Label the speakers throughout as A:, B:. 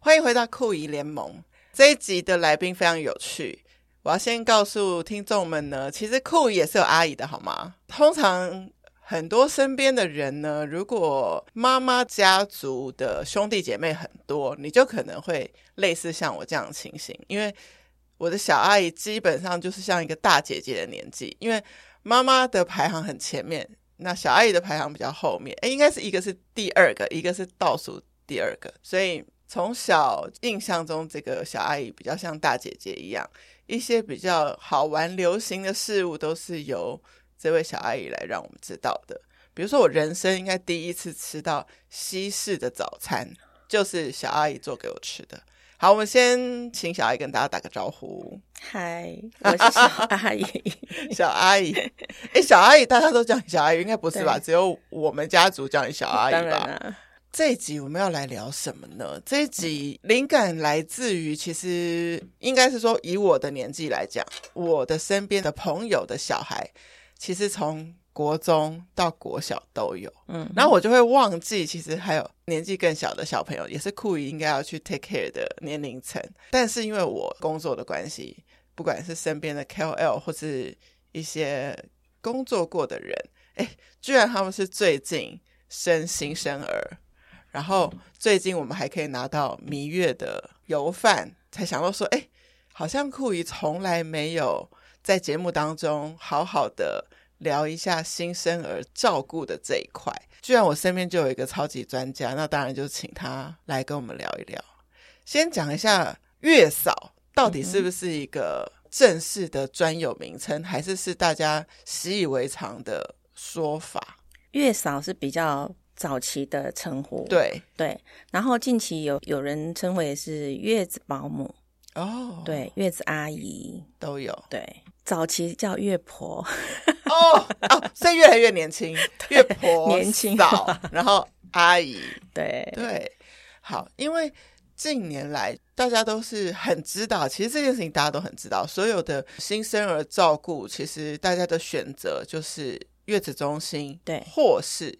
A: 欢迎回到酷姨联盟。这一集的来宾非常有趣，我要先告诉听众们呢，其实酷姨也是有阿姨的，好吗？通常很多身边的人呢，如果妈妈家族的兄弟姐妹很多，你就可能会类似像我这样的情形，因为我的小阿姨基本上就是像一个大姐姐的年纪，因为妈妈的排行很前面，那小阿姨的排行比较后面，哎，应该是一个是第二个，一个是倒数第二个，所以从小印象中，这个小阿姨比较像大姐姐一样，一些比较好玩、流行的事物都是由这位小阿姨来让我们知道的。比如说，我人生应该第一次吃到西式的早餐，就是小阿姨做给我吃的。好，我们先请小阿姨跟大家打个招呼。
B: 嗨，我是小阿 姨。
A: 小阿姨，哎、小阿姨，大家都叫你小阿姨，应该不是吧？
B: 对
A: 只有我们家族叫你小阿姨吧？
B: 当然啦，
A: 这一集我们要来聊什么呢？这一集灵感来自于，其实应该是说，以我的年纪来讲，我的身边的朋友的小孩，其实从国中到国小都有。
B: 嗯，
A: 然后我就会忘记，其实还有年纪更小的小朋友，也是酷姨应该要去 take care 的年龄层。但是因为我工作的关系，不管是身边的 KOL 或是一些工作过的人，哎，居然他们是最近生新生儿，然后最近我们还可以拿到蜜月的油饭，才想到说，哎，好像酷姨从来没有在节目当中好好的聊一下新生儿照顾的这一块。居然我身边就有一个超级专家，那当然就请他来跟我们聊一聊。先讲一下月嫂到底
B: 嗯
A: 是不是一个正式的专有名称，还是是大家习以为常的说法？
B: 月嫂是比较早期的称呼，
A: 对，
B: 对。然后近期有有人称为是月子保姆，
A: 哦，，
B: 对，月子阿姨，
A: 都有
B: 对。早期叫月婆，
A: 哦哦，所以越来越年轻，越婆
B: 年轻
A: 嫂
B: 化，
A: 然后阿姨，
B: 对，
A: 对，好，因为近年来大家都是很知道，其实这件事情大家都很知道，所有的新生儿照顾，其实大家的选择就是月子中心，
B: 对
A: 或是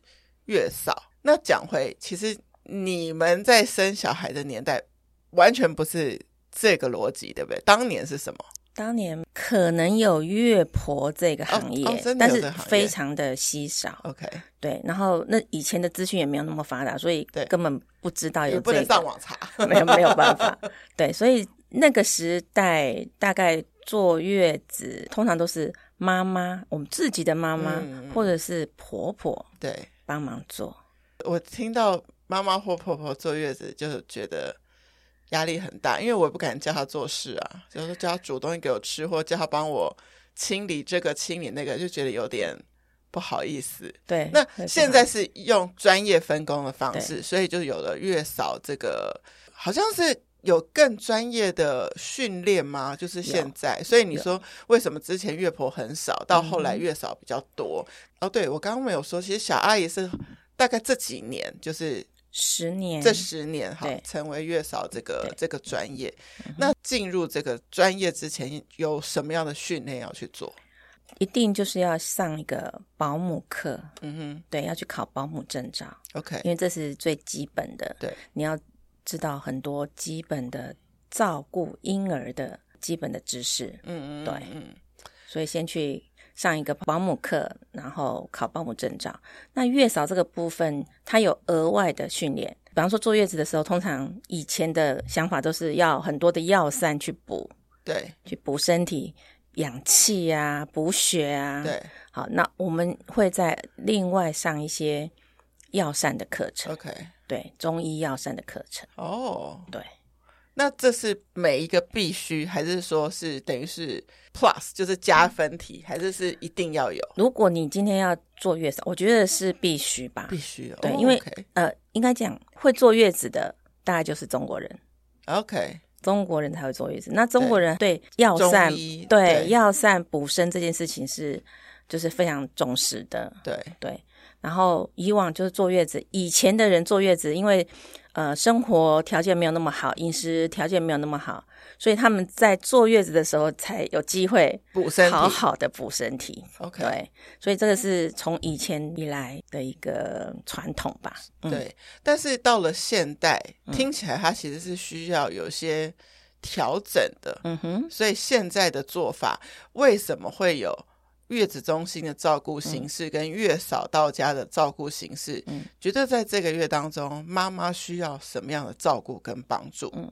A: 月嫂。那讲回，其实你们在生小孩的年代，完全不是这个逻辑，对不对？当年是什么？
B: 当年可能有月婆这个行业，
A: 哦哦真的
B: 但
A: 有这
B: 是
A: 个行业
B: 非常的稀少。
A: OK，
B: 对，然后那以前的资讯也没有那么发达，所以
A: 对
B: 根本不知道啊有
A: 也
B: 这
A: 不
B: 个。
A: 能上网查。
B: 没有没有办法。对，所以那个时代大概坐月子通常都是妈妈，我们自己的妈妈、
A: 嗯嗯
B: 或者是婆婆
A: 对
B: 帮忙做。
A: 我听到妈妈或婆婆坐月子，就是觉得压力很大，因为我也不敢叫她做事啊，就是叫她煮东西给我吃，或叫她帮我清理这个清理那个，就觉得有点不好意思。
B: 对，
A: 那
B: 会不
A: 现
B: 好
A: 在是用专业分工的方式，所以就有了月嫂这个，好像是有更专业的训练吗？就是现在，所以你说为什么之前月婆很少，到后
B: 嗯
A: 来月嫂比较多？哦，对我刚刚没有说，其实小阿姨是大概这几年，就是
B: 十年，
A: 这十年哈
B: 嗯对，
A: 成为月嫂这个
B: 对嗯
A: 这个专业。那进入这个专业之前，有什么样的训练要去做？
B: 一定就是要上一个保姆课，
A: 嗯
B: 对，要去考保姆证照，
A: 哼，OK，
B: 因为这是最基本的。
A: 对，
B: 你要知道很多基本的照顾婴儿的基本的知识。
A: 嗯嗯，
B: 对
A: 嗯嗯。
B: 所以先去上一个保姆课，然后考保姆证照。那月嫂这个部分，它有额外的训练，比方说坐月子的时候，通常以前的想法都是要很多的药膳去补，
A: 对
B: 去补身体。养气啊，补血啊，
A: 对
B: 好，那我们会在另外上一些药膳的课程，
A: ，OK，
B: 对，中医药膳的课程，
A: 哦，
B: 对，
A: 那这是每一个必须，还是说是等于是 plus，就是加分题，还是是一定要有？
B: 如果你今天要坐月嫂，我觉得是必须吧，
A: 必须有
B: 对
A: 哦
B: 因为
A: OK
B: 呃，应该讲会坐月子的大概就是中国人，
A: OK，
B: 中国人才会坐月子。那中国人对药膳
A: 中医，对
B: 对药膳补身这件事情是就是非常重视的，
A: 对
B: 对。然后以往就是坐月子，以前的人坐月子，因为呃生活条件没有那么好，饮食条件没有那么好，所以他们在坐月子的时候才有机会
A: 补身体
B: 好好的补身体。
A: OK，
B: 对，所以这个是从以前以来的一个传统吧。嗯、
A: 对，但是到了现代，听起来它其实是需要有些调整的。
B: 嗯哼，
A: 所以现在的做法为什么会有月子中心的照顾形式跟月嫂到家的照顾形式？
B: 嗯
A: 觉得在这个月当中，妈妈需要什么样的照顾跟帮助？
B: 嗯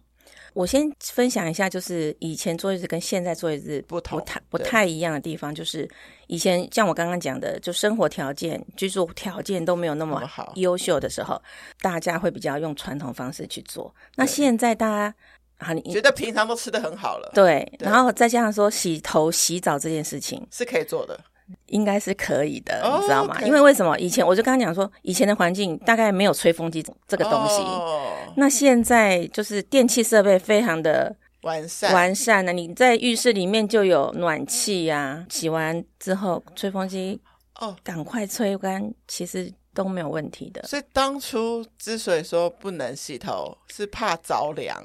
B: 我先分享一下，就是以前坐月子跟现在坐月子
A: 不同
B: 不太不
A: 对
B: 太一样的地方，就是以前像我刚刚讲的，就生活条件、居住条件都没有那
A: 那么
B: 么
A: 好
B: 优秀的时候，大家会比较用传统方式去做。那
A: 对
B: 现在大家啊，你
A: 觉得平常都吃的很好了，
B: 对，
A: 对
B: 然后再加上说洗头、洗澡这件事情，
A: 是可以做的。
B: 应该是可以的，
A: 哦
B: 你知道吗
A: OK
B: 因为为什么以前我就刚刚讲说，以前的环境大概没有吹风机这
A: 这
B: 个东西。
A: 哦、
B: 那现在就是电器设备非常的
A: 完善，
B: 完善了，你在浴室里面就有暖气呀、洗完之后吹风机
A: 哦。
B: 赶快吹干，其实都没有问题的。
A: 所以当初之所以说不能洗头，是怕着凉。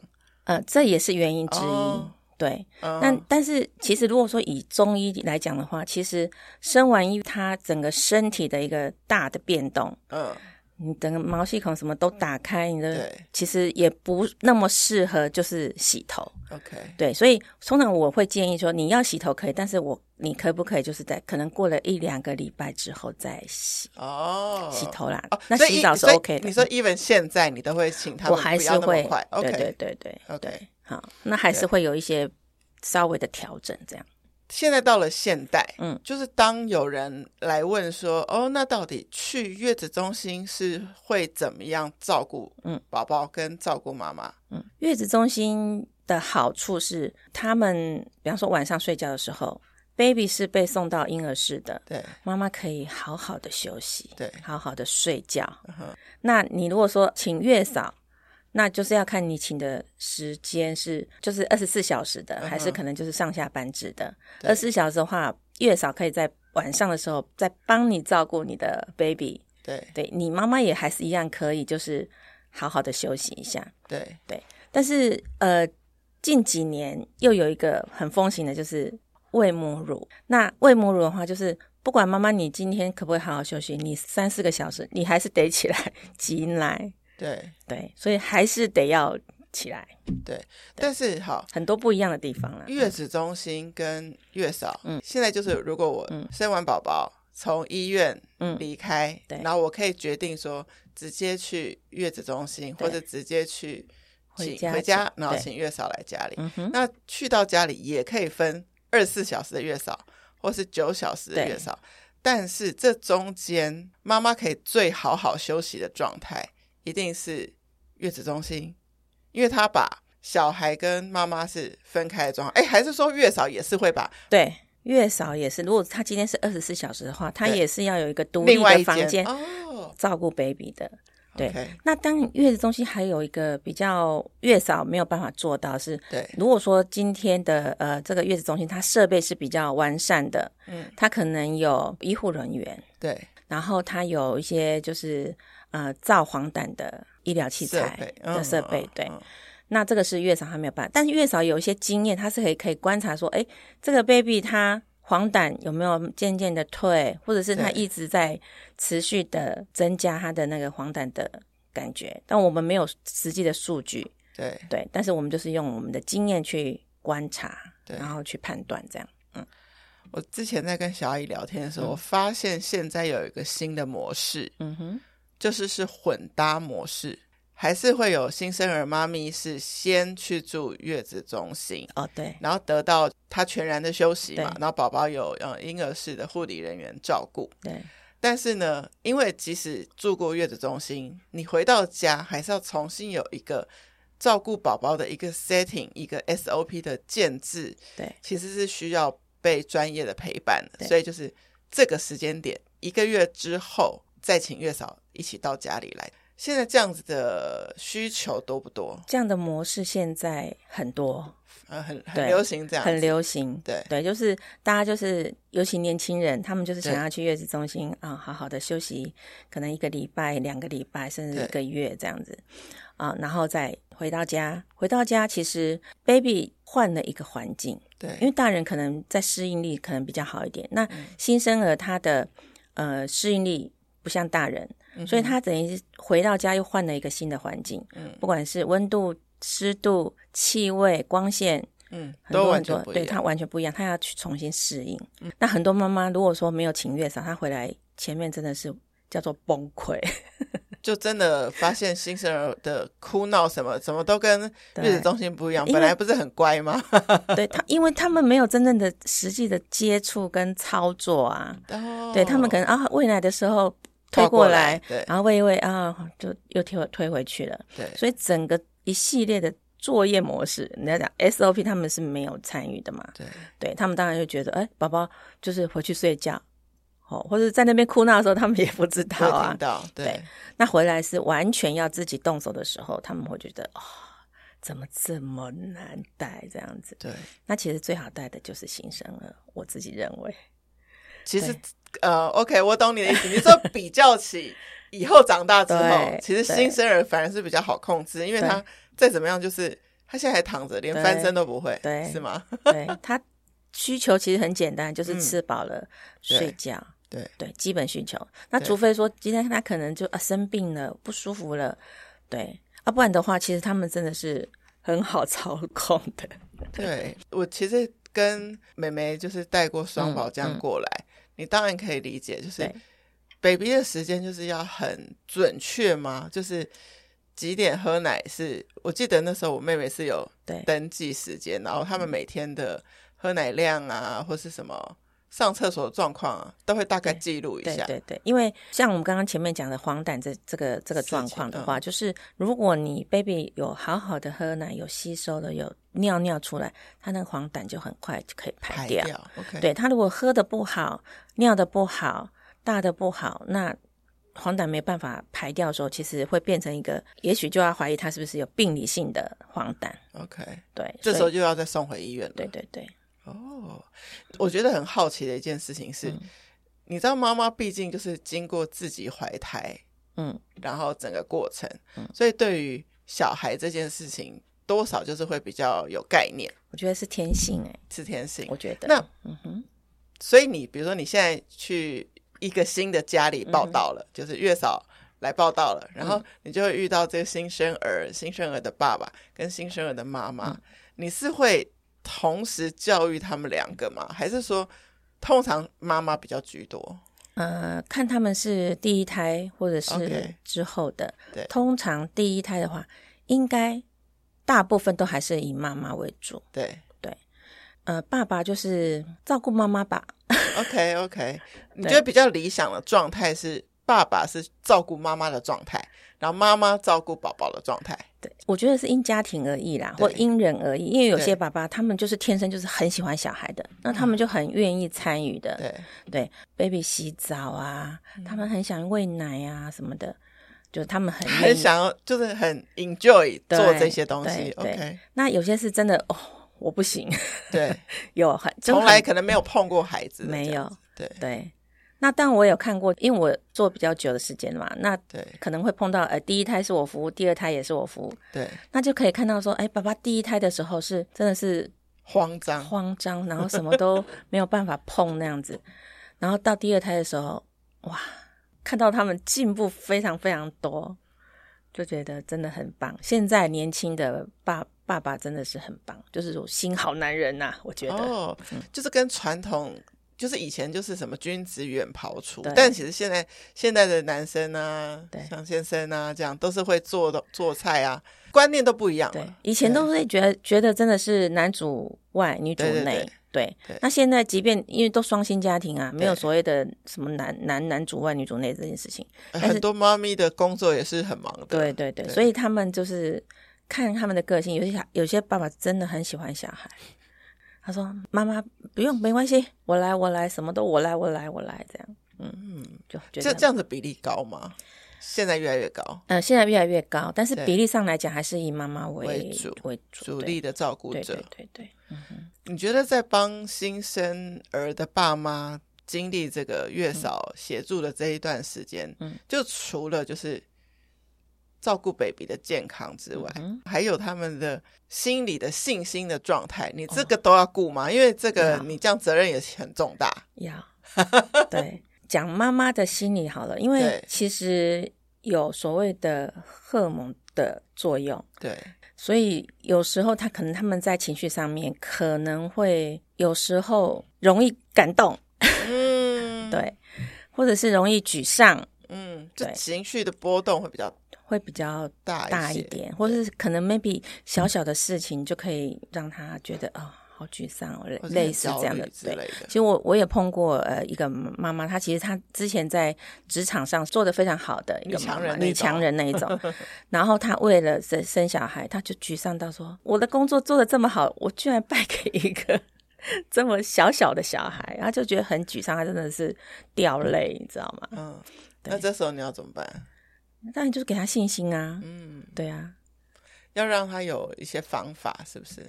B: 呃，这也是原因之一。
A: 哦
B: 对，
A: 嗯
B: 但但是其实如果说以中医来讲的话，其实生完一它整个身体的一个大的变动，
A: 嗯，
B: 你整个毛细孔什么都打开，你的
A: 对
B: 其实也不那么适合就是洗头。
A: ，OK，
B: 对，所以通常我会建议说，你要洗头可以，但是我你可不可以就是在可能过了一两个礼拜之后再洗、
A: 哦，
B: 洗头啦？
A: 哦，
B: 那
A: 所以
B: 洗澡是
A: 所以
B: OK 的。嗯
A: 你说 even 现在你都会请他
B: 我
A: 们
B: 还
A: 不
B: 是
A: 要那
B: 会
A: 么快，OK，
B: 对对对对
A: OK
B: 对，好，那还是
A: 对
B: 会有一些稍微的调整这样。
A: 现在到了现代，嗯
B: 嗯，
A: 就是当有人来问说，哦，那到底去月子中心是会怎么样照顾，嗯
B: 嗯，
A: 宝宝跟照顾妈妈？
B: 月子中心的好处是，他们比方说晚上睡觉的时候，baby 是被送到婴儿室的，
A: 对，
B: 妈妈可以好好的休息，
A: 对嗯
B: 好好的睡觉。
A: 哼
B: 那你如果说请月嫂，那就是要看你请的时间是就是二十四小时的，
A: 嗯哼
B: 还是可能就是上下班制的。
A: 对
B: 二十四小时的话，月嫂可以在晚上的时候再帮你照顾你的 baby，
A: 对，
B: 对你妈妈也还是一样可以，就是好好的休息一下。
A: 对，
B: 但是呃，近几年又有一个很风行的，就是喂母乳。那喂母乳的话，就是不管妈妈你今天可不可以好好休息，你三四个小时你还是得起来挤奶，
A: 对，
B: 对，所以还是得要起来，
A: 但是好。
B: 很多不一样的地方啦。
A: 月子中心跟月嫂，嗯
B: 嗯，
A: 现在就是如果我
B: 嗯
A: 生完宝宝从医院
B: 嗯，
A: 离开，
B: 对
A: 然后我可以决定说直接去月子中心，
B: 对
A: 或者直接去
B: 回
A: 请
B: 家
A: 回家
B: 请，
A: 然后
B: 对
A: 请月嫂来家里。
B: 嗯哼，
A: 那去到家里也可以分二十四小时的月嫂，或是九小时的
B: 对
A: 月嫂，但是这中间妈妈可以最好好休息的状态，一定是月子中心，因为她把小孩跟妈妈是分开的状态。哎，还是说月嫂也是会把
B: 对。月嫂也是，如果她今天是二十四小时的话，她
A: 对
B: 也是要有一个独立
A: 另外
B: 的
A: 一
B: 房间
A: 哦
B: 照顾 baby 的。对
A: ，OK，
B: 那当然月子中心还有一个比较月嫂没有办法做到是，
A: 对
B: 如果说今天的呃这个月子中心它设备是比较完善的，
A: 嗯，
B: 它可能有医护人员，
A: 对，
B: 然后它有一些就是呃造黄疸的医疗器
A: 设
B: 材
A: 备
B: 的设备，对。
A: 嗯
B: 那这个是月嫂还没有办法，但是月嫂有一些经验，她是可以可以观察说，哎，这个 baby 他黄疸有没有渐渐的退，或者是他
A: 对
B: 一直在持续的增加他的那个黄疸的感觉，但我们没有实际的数据，
A: 嗯对
B: 对，但是我们就是用我们的经验去观察，
A: 对
B: 然后去判断这样。
A: 我之前在跟小阿姨聊天的时候，
B: 嗯
A: 我发现现在有一个新的模式，
B: 嗯哼，
A: 就是是混搭模式，还是会有新生儿妈咪是先去住月子中心，
B: 哦，对，
A: 然后得到她全然的休息嘛，
B: 对
A: 然后宝宝有呃婴儿室的护理人员照顾。
B: 对，
A: 但是呢，因为即使住过月子中心，你回到家还是要重新有一个照顾宝宝的一个 setting、一个 SOP 的建制，
B: 对，
A: 其实是需要被专业的陪伴的。
B: 对
A: 所以就是这个时间点，一个月之后再请月嫂一起到家里来。现在这样子的需求多不多？
B: 这样的模式现在很多，
A: 呃，很很
B: 对
A: 流行这样子，
B: 很流行。
A: 对
B: 对，就是大家就是，尤其年轻人，他们就是
A: 对
B: 想要去月子中心啊、好好的休息，可能一个礼拜、两个礼拜，甚至
A: 对
B: 一个月这样子。啊、然后再回到家。回到家，其实 baby 换了一个环境，因
A: 对
B: 为大人可能在适应力可能比较好一点，那
A: 嗯
B: 新生儿他的呃适应力不像大人，所以他等于是回到家又换了一个新的环境，
A: 嗯
B: 不管是温度、湿度、气味、光线。
A: 嗯，
B: 很
A: 都
B: 多
A: 完
B: 很
A: 全
B: 多，
A: 不一
B: 对
A: 样。嗯
B: 他完全不一样，他要去重新适应。那很多妈妈如果说没有请月嫂，她回来前面真的是叫做崩溃，
A: 就真的发现新生儿的哭闹什么，什么都跟日子中心不一样。
B: 因为
A: 本来不是很乖吗？
B: 对他，因为他们没有真正的实际的接触跟操作啊， 对他们可
A: 能
B: 能啊喂奶的时候推
A: 抱哦
B: 过
A: 过
B: 来
A: 来，对
B: 然后喂一喂啊，就又推推回去了，
A: 对
B: 所以整个一系列的作业模式，你要讲 SOP 他们是没有参与的嘛，
A: 对
B: 对他们当然就觉得，哎，宝宝就是回去睡觉，哦，或者在那边哭闹的时候，他们也不知道
A: 会
B: 啊
A: 听，到对
B: 对那回来是完全要自己动手的时候，他们会觉得哦，怎么这么难带这样子？
A: 对，
B: 那其实最好带的就是新生儿，我自己认为。
A: 其实
B: 对
A: 呃，OK，我懂你的意思。你说比较起以后长大之后
B: 对，
A: 其实
B: 对
A: 新生儿反而是比较好控制，因为
B: 对
A: 他再怎么样就是。他现在还躺着，连
B: 对
A: 翻身都不会，
B: 对
A: 是吗？
B: 对他需求其实很简单，就是
A: 嗯
B: 吃饱了、
A: 对
B: 睡觉。
A: 对
B: 对，基本需求。那
A: 对
B: 除非说今天他可能就啊生病了，不舒服了，对啊，不然的话，其实他们真的是很好操控的。
A: 对我其实跟妹妹就是带过双
B: 嗯
A: 宝这样
B: 嗯
A: 过来，你当然可以理解，就是
B: 对
A: baby 的时间就是要很准确吗？就是几点喝奶是？我记得那时候我妹妹是有
B: 对
A: 登记时间，然后他们每天的喝奶量啊，或是什么上厕所的状况啊，都会大概
B: 对
A: 记录一
B: 对
A: 下。
B: 对对，因为像我们刚刚前面讲的黄疸这这个这个
A: 事
B: 状
A: 情
B: 况的
A: 嗯
B: 话，就是如果你 baby 有好好的喝奶，有吸收的，有尿尿出来，他那个黄疸就很快就可以排
A: 排
B: 掉。
A: 掉，OK，
B: 对他如果喝的不好，尿的不好，大的不好，那黄疸没办法排掉的时候，其实会变成一个，也许就要怀疑他是不是有病理性的黄疸。
A: ，OK，
B: 对，
A: 这时
B: 所
A: 候
B: 以
A: 就要再送回医院了。
B: 对对对，
A: 哦，我觉得很好奇的一件事情是，
B: 嗯
A: 你知道妈妈毕竟就是经过自己怀胎，
B: 嗯，
A: 然后整个过程，所以对于小孩这件事情，多少就是会比较有概念，
B: 我觉得是天性哎、
A: 是天性
B: 我。觉得
A: 那
B: 嗯哼，
A: 所以你比如说你现在去一个新的家里报道
B: 嗯
A: 了，就是月嫂来报道了，然后你就会遇到这个新生儿、新生儿的爸爸跟新生儿的妈妈，
B: 嗯
A: 你是会同时教育他们两个吗？还是说通常妈妈比较居多？
B: 呃，看他们是第一胎或者
A: OK
B: 是之后的。
A: 对
B: 通常第一胎的话，应该大部分都还是以妈妈为主。
A: 对
B: 呃，爸爸就是照顾妈妈吧。
A: ，OK OK，你
B: 对
A: 觉得比较理想的状态是爸爸是照顾妈妈的状态，然后妈妈照顾宝宝的状态。
B: 对，我觉得是因家庭而异啦，
A: 对
B: 或因人而异。因为有
A: 对嗯
B: 些爸爸他们就是天生就是很喜欢小孩的，那他们就很愿意参与的。
A: 对，嗯
B: 对，baby 洗澡啊，他们很想喂奶啊什么的，就是他们很愿
A: 很
B: 意。
A: 想要就是很 enjoy
B: 对
A: 做这些东西。
B: 对对
A: OK，
B: 那有些是真的哦，我不行，
A: 对，
B: 有很就
A: 从
B: 很
A: 来可能没有碰过孩子的
B: 没
A: 这样
B: 有
A: 子，对
B: 对，那但我有看过，因为我做比较久的时间嘛，那
A: 对
B: 可能会碰到呃，第一胎是我服务，第二胎也是我服务，
A: 对，
B: 那就可以看到说，哎，爸爸第一胎的时候是真的是
A: 慌张，
B: 慌张，然后什么都没有办法碰那样子， 然后到第二胎的时候，哇，看到他们进步非常非常多，就觉得真的很棒。现在年轻的爸爸爸真的是很棒，就是有新好男人呐、我觉得。嗯
A: 哦，就是跟传统。就是以前就是什么君子远庖厨
B: 对，
A: 但其实现在现在的男生啊
B: 对，
A: 像先生啊，这样都是会做的做菜啊，观念都不一样
B: 对
A: 了，。
B: 以前都会觉得觉得真的是男主外女主
A: 对对
B: 内
A: 对，
B: 对
A: 对。
B: 那现在即便因为都双薪家庭啊，没有
A: 对
B: 所谓的什么男男男主外女主内这件事情，
A: 呃
B: 但是
A: 很多妈咪的工作也是很忙的。
B: 对对对，
A: 对
B: 所以他们就是看他们的个性，有些小有些爸爸真的很喜欢小孩，他说：“妈妈不用，没关系，我来我来，什么都我来我来我来，这样
A: 嗯，
B: 就觉
A: 这
B: 得
A: 这样子比例高吗？现在越来越高，
B: 呃，现在越来越高，但是
A: 对
B: 比例上来讲，还是以妈妈为
A: 为主
B: 为主
A: 主
B: 对
A: 力的照顾
B: 对
A: 者
B: 对对对。
A: 你觉得在帮新生儿的爸妈经历这个月嫂协助的这一段时间，
B: 嗯
A: 就除了就是照顾 baby 的健康之外，
B: 嗯
A: 还有他们的心理的信心的状态，你这个都要顾吗？因为这
B: 哦对
A: 个
B: 啊
A: 你这样责任也很重大。
B: 要对讲妈妈的心理好了，因为
A: 对
B: 其实有所谓的荷尔蒙的作用，
A: 对，
B: 所以有时候他可能他们在情绪上面可能会有时候容易感动，
A: 嗯，，
B: 对，或者是容易沮丧，
A: 嗯，就
B: 对
A: 情绪的波动会比较
B: 会比较
A: 大
B: 大
A: 一
B: 一
A: 些
B: 点，或者是可能 maybe
A: 嗯
B: 小小的事情就可以让他觉得哦，好沮丧哦，类
A: 或者是
B: 类似
A: 焦
B: 这样
A: 虑
B: 的
A: 之
B: 对。
A: 类的
B: 其。实我我也碰过呃一个妈妈，她其实她之前在职场上做的非常好的一个妈
A: 女强
B: 妈
A: 人那种
B: 女强人那一 种，然后她为了生生小孩，她就沮丧到说：“我的工作做的这么好，我居然败给一个 这么小小的小孩。”她就觉得很沮丧，她真的是掉泪，你知道吗？
A: 嗯，
B: 对
A: 那这时候你要怎么办？
B: 当然就是给她信心啊，
A: 嗯，
B: 对啊。
A: 要让他有一些方法，是不是？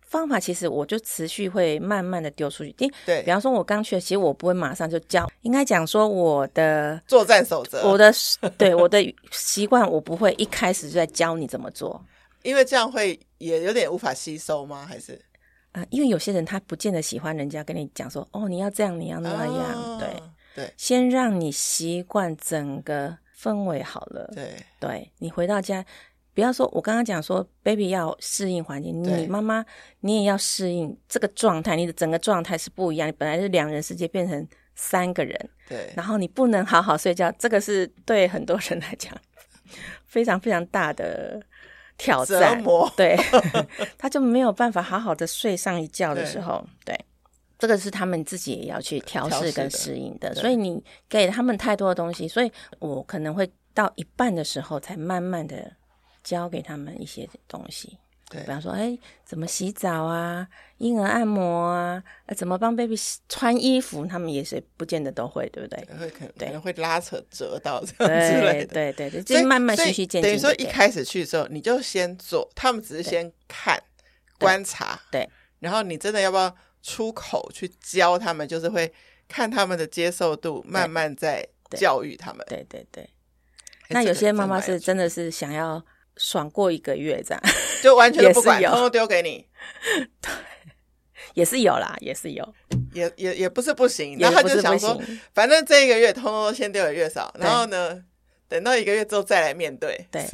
B: 方法其实我就持续会慢慢的丢出去。第
A: 对
B: 比，方说，我刚去，其实我不会马上就教，应该讲说我的
A: 作战守则。
B: 我的对我的习惯，我不会一开始就在教你怎么做
A: 因为这样会也有点无法吸收吗？还是
B: 啊、因为有些人他不见得喜欢人家跟你讲说，哦，你要这样，你要那样，对，
A: 啊对
B: 先让你习惯整个氛围好了，
A: 对
B: 对你回到家。不要说，我刚刚讲说，baby 要适应环境，
A: 对
B: 你妈妈你也要适应这个状态，你的整个状态是不一样。你本来是两人世界，变成三个人，
A: 对，
B: 然后你不能好好睡觉，这个是对很多人来讲非常非常大的挑
A: 折
B: 战。
A: 磨。
B: 对，他就没有办法好好的睡上一觉的时候，对。这个是他们自己也要去调
A: 调
B: 试
A: 试
B: 跟
A: 的
B: 适应的，
A: 对
B: 所以你给他们太多的东西，所以我可能会到一半的时候才慢慢的教给他们一些东西，
A: 对
B: 比方说，哎，怎么洗澡啊，婴儿按摩啊，呃怎么帮 baby 洗穿衣服，他们也是不见得都会，对不对？
A: 会可能可
B: 对
A: 能会拉扯折到这样 之类
B: 对
A: 的，
B: 对对对，
A: 所
B: 就
A: 以
B: 是慢慢
A: 所以
B: 循序渐进的。
A: 等于说
B: 对
A: 一开始去的时候，你就先做，他们只是先看观察，
B: 对，
A: 然后你真的要不要出口去教他们，就是会看他们的接受度，慢慢再
B: 对
A: 教育他们。
B: 对对对，
A: 哎
B: 那
A: 这个
B: 有些妈妈
A: 蛮有
B: 是
A: 趣
B: 真的是想要爽过一个月这样，
A: 就完全都不管，
B: 也是有
A: 通通丢给你，
B: 也是有啦，也是有，
A: 也也也不是不行，
B: 也
A: 然后
B: 不
A: 他就是
B: 不
A: 想说，
B: 行，
A: 反正这一个月通通都先丢给月嫂，
B: 对
A: 然后呢，等到一个月之后再来面对。
B: 对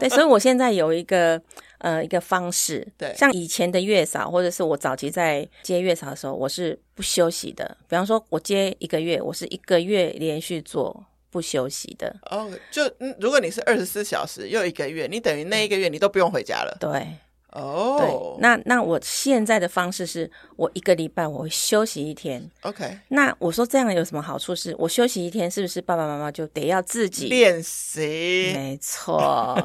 B: 对，所以我现在有一个呃一个方式，
A: 对
B: 像以前的月嫂或者是我早期在接月嫂的时候，我是不休息的，比方说我接一个月，我是一个月连续做不休息的，
A: 哦，就嗯，如果你是二十四小时又一个月，你等于那一个月你都不用回家了。
B: 对。
A: 哦
B: 对，，那那我现在的方式是我一个礼拜我会休息一天，
A: OK，
B: 那我说这样有什么好处是？我休息一天，是不是爸爸妈妈就得要自己？
A: 练习
B: 没错。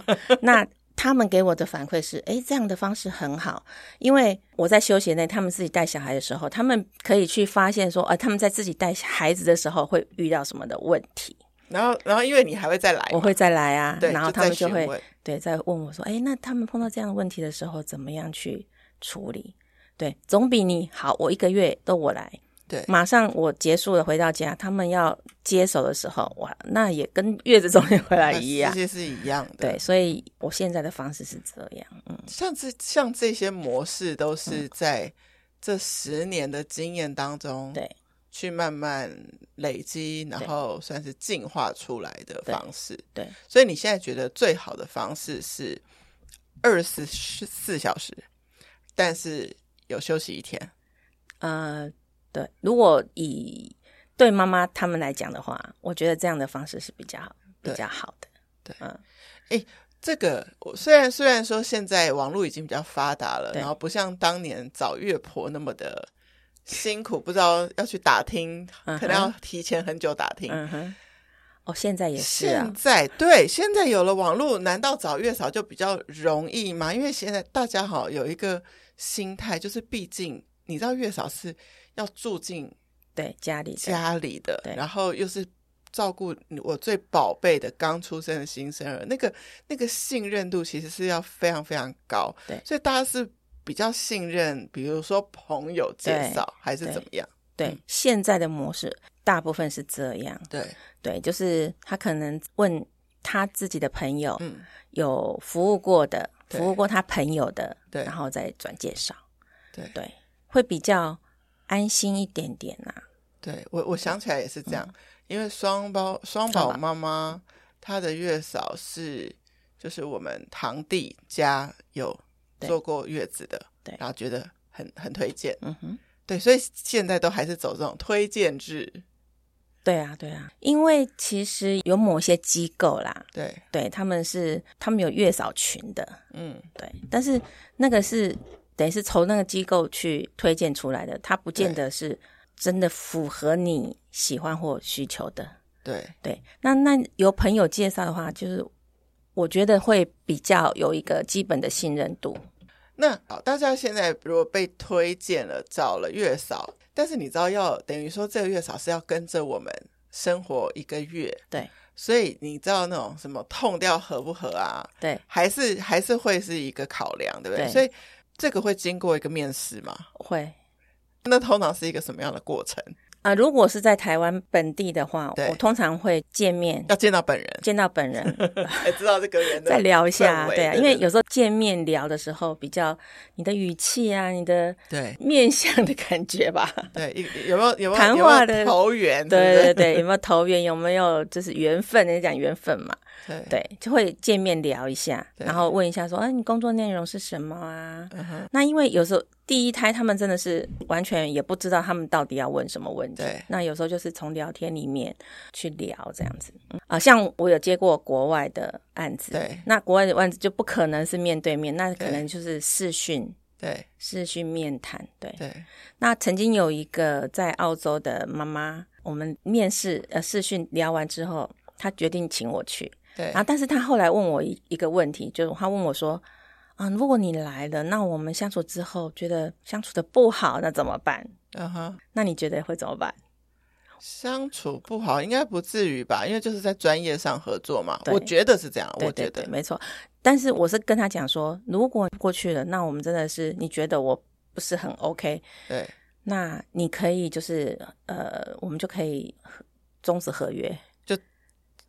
B: 那他们给我的反馈是，诶，这样的方式很好，因为我在休息内，他们自己带小孩的时候，他们可以去发现说，呃，他们在自己带孩子的时候会遇到什么的问题，
A: 然后然后因为你还会再来嘛，
B: 我会再来啊。
A: 哎对，
B: 然后他们就
A: 再询
B: 会
A: 问
B: 对，再问我说，哎，那他们碰到这样的问题的时候，怎么样去处理？对，总比你好，我一个月都我来，
A: 对
B: 马上我结束了回到家，他们要接手的时候，哇，那也跟月子中心回来一样
A: 这。些啊是一样的。
B: 对，，所以我现在的方式是这样，嗯，
A: 像这像这些模式都是在这十年的经验当中，
B: 对，
A: 去慢慢累积，然后算是进化出来的方式。
B: 对对
A: 所以你现在觉得最好的方式是二十四小时，但是有休息一天。
B: 呃，对，如果以对妈妈他们来讲的话，我觉得这样的方式是比较比
A: 对
B: 较好的，
A: 这个我虽然虽然说现在网络已经比较发达了，
B: 对
A: 然后不像当年找月婆那么的辛苦，不知道要去打听，
B: 嗯哼
A: 可能要提前很久打听。
B: 嗯哼，哦，现在也是啊
A: 现，在对，现在有了网络，难道找月嫂就比较容易吗？因为现在大家好有一个心态，就是毕竟你知道月嫂是要住进
B: 对，家里的，
A: 家里的
B: 对，
A: 然后又是照顾我最宝贝的刚出生的新生儿，那个那个信任度其实是要非常非常高。
B: 对
A: 所以大家是比较信任，比如说朋友介绍还是
B: 对
A: 怎么样？
B: 对，现在的模式大部分是这样，
A: 对
B: 对，就是他可能问他自己的朋友
A: 嗯，
B: 有服务过的，
A: 对
B: 服务过他朋友的，
A: 对
B: 然后再转介绍，
A: 对
B: 对，会比较安心一点点啊呐、
A: 对我我想起来也是这样，因为双胞双宝
B: 嗯宝
A: 妈妈她的月嫂是就是我们堂弟家有
B: 对
A: 坐过月子的，
B: 对
A: 然后觉得很很推荐，
B: 嗯哼。
A: 对，所以现在都还是走这种推荐制，
B: 对啊，对啊，因为其实有某些机构啦，
A: 对，
B: 对他们是他们有月嫂群的，
A: 嗯，
B: 对，但是那个是等于是从那个机构去推荐出来的，它不见得是真的符合你喜欢或需求的。
A: 对，
B: 对，那那由朋友介绍的话，就是我觉得会比较有一个基本的信任度。
A: 那好，大家现在如果被推荐了，找了月嫂，但是你知道要等于说这个月嫂是要跟着我们生活一个月，
B: 对
A: 所以你知道那种什么痛掉合不合啊，
B: 对，
A: 还是还是会是一个考量，对不对？
B: 对
A: 所以这个会经过一个面试嘛？
B: 会
A: 那通常是一个什么样的过程？
B: 啊、如果是在台湾本地的话，
A: 对
B: 我通常会见面
A: 要见到本人
B: 见到本人，
A: 才知道这个 人的
B: 再聊一下，
A: 氛围
B: 对啊，
A: 对
B: 因为
A: 对
B: 有时候见面聊的时候，比较你的语气啊，你的
A: 对
B: 面相的感 觉吧，
A: 对有有没有有没有
B: 谈话
A: 有没
B: 的
A: 有投缘？
B: 对对
A: 对
B: 对，有没有投缘，有没有就是缘分，人家讲缘分嘛，
A: 对对，
B: 对，就会见面聊一下，
A: 对
B: 然后问一下说，哎、你工作内容是什么啊？
A: 嗯哼，
B: 那因为有时候第一胎他们真的是完全也不知道他们到底要问什么问题
A: 对，
B: 那有时候就是从聊天里面去聊这样子。嗯啊、像我有接过国外的案子，
A: 对
B: 那国外的案子就不可能是面对面，那可
A: 对
B: 能就是视讯。
A: 对
B: 视讯面谈，对。
A: 对
B: 那曾经有一个在澳洲的妈妈，我们面试呃视讯聊完之后，她决定请我去，
A: 对
B: 然后，但是他后来问我一一个问题，就是他问我说：“啊，如果你来了，那我们相处之后觉得相处的不好，那怎么办？
A: 嗯哼。
B: 那你觉得会怎么办
A: 相处不好，应该不至于吧？因为就是在专业上合作嘛，
B: 对
A: 我觉得是这样。？”
B: 对
A: 我觉
B: 对
A: 得
B: 对，没错。但是我是跟他讲说，如果过去了，那我们真的是你觉得我不是很 OK，
A: 对
B: 那你可以就是呃，我们就可以终止合约。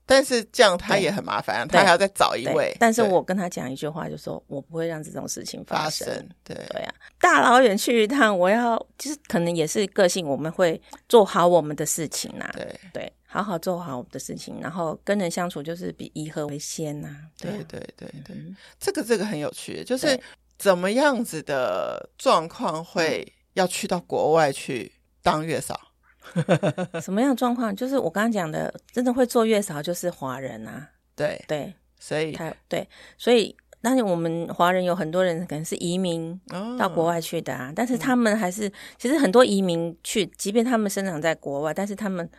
A: 但是这样他
B: 对
A: 也很麻烦，
B: 对
A: 他还要再找一位
B: 对。，但是
A: 对
B: 我跟他讲一句话，就说我不会让这种事情
A: 发
B: 生。
A: 生对
B: 对啊，大老远去一趟，我要就是可能也是个性，我们会做好我们的事情啦、
A: 对
B: 对，好好做好我们的事情，然后跟人相处就是比以和为先呐、对啊、
A: 对对对对，
B: 嗯
A: 这个这个很有趣，就是
B: 对
A: 怎么样子的状况
B: 嗯
A: 会要去到国外去当月嫂？
B: 什么样的状况？就是我刚刚讲的，真的会做月嫂就是华人啊，
A: 对，
B: 对，
A: 所以
B: 他对，所以当然我们华人有很多人可能是移民
A: 哦
B: 到国外去的啊，但是他们还是其实很多移民去，即便他们生长在国外，但是他们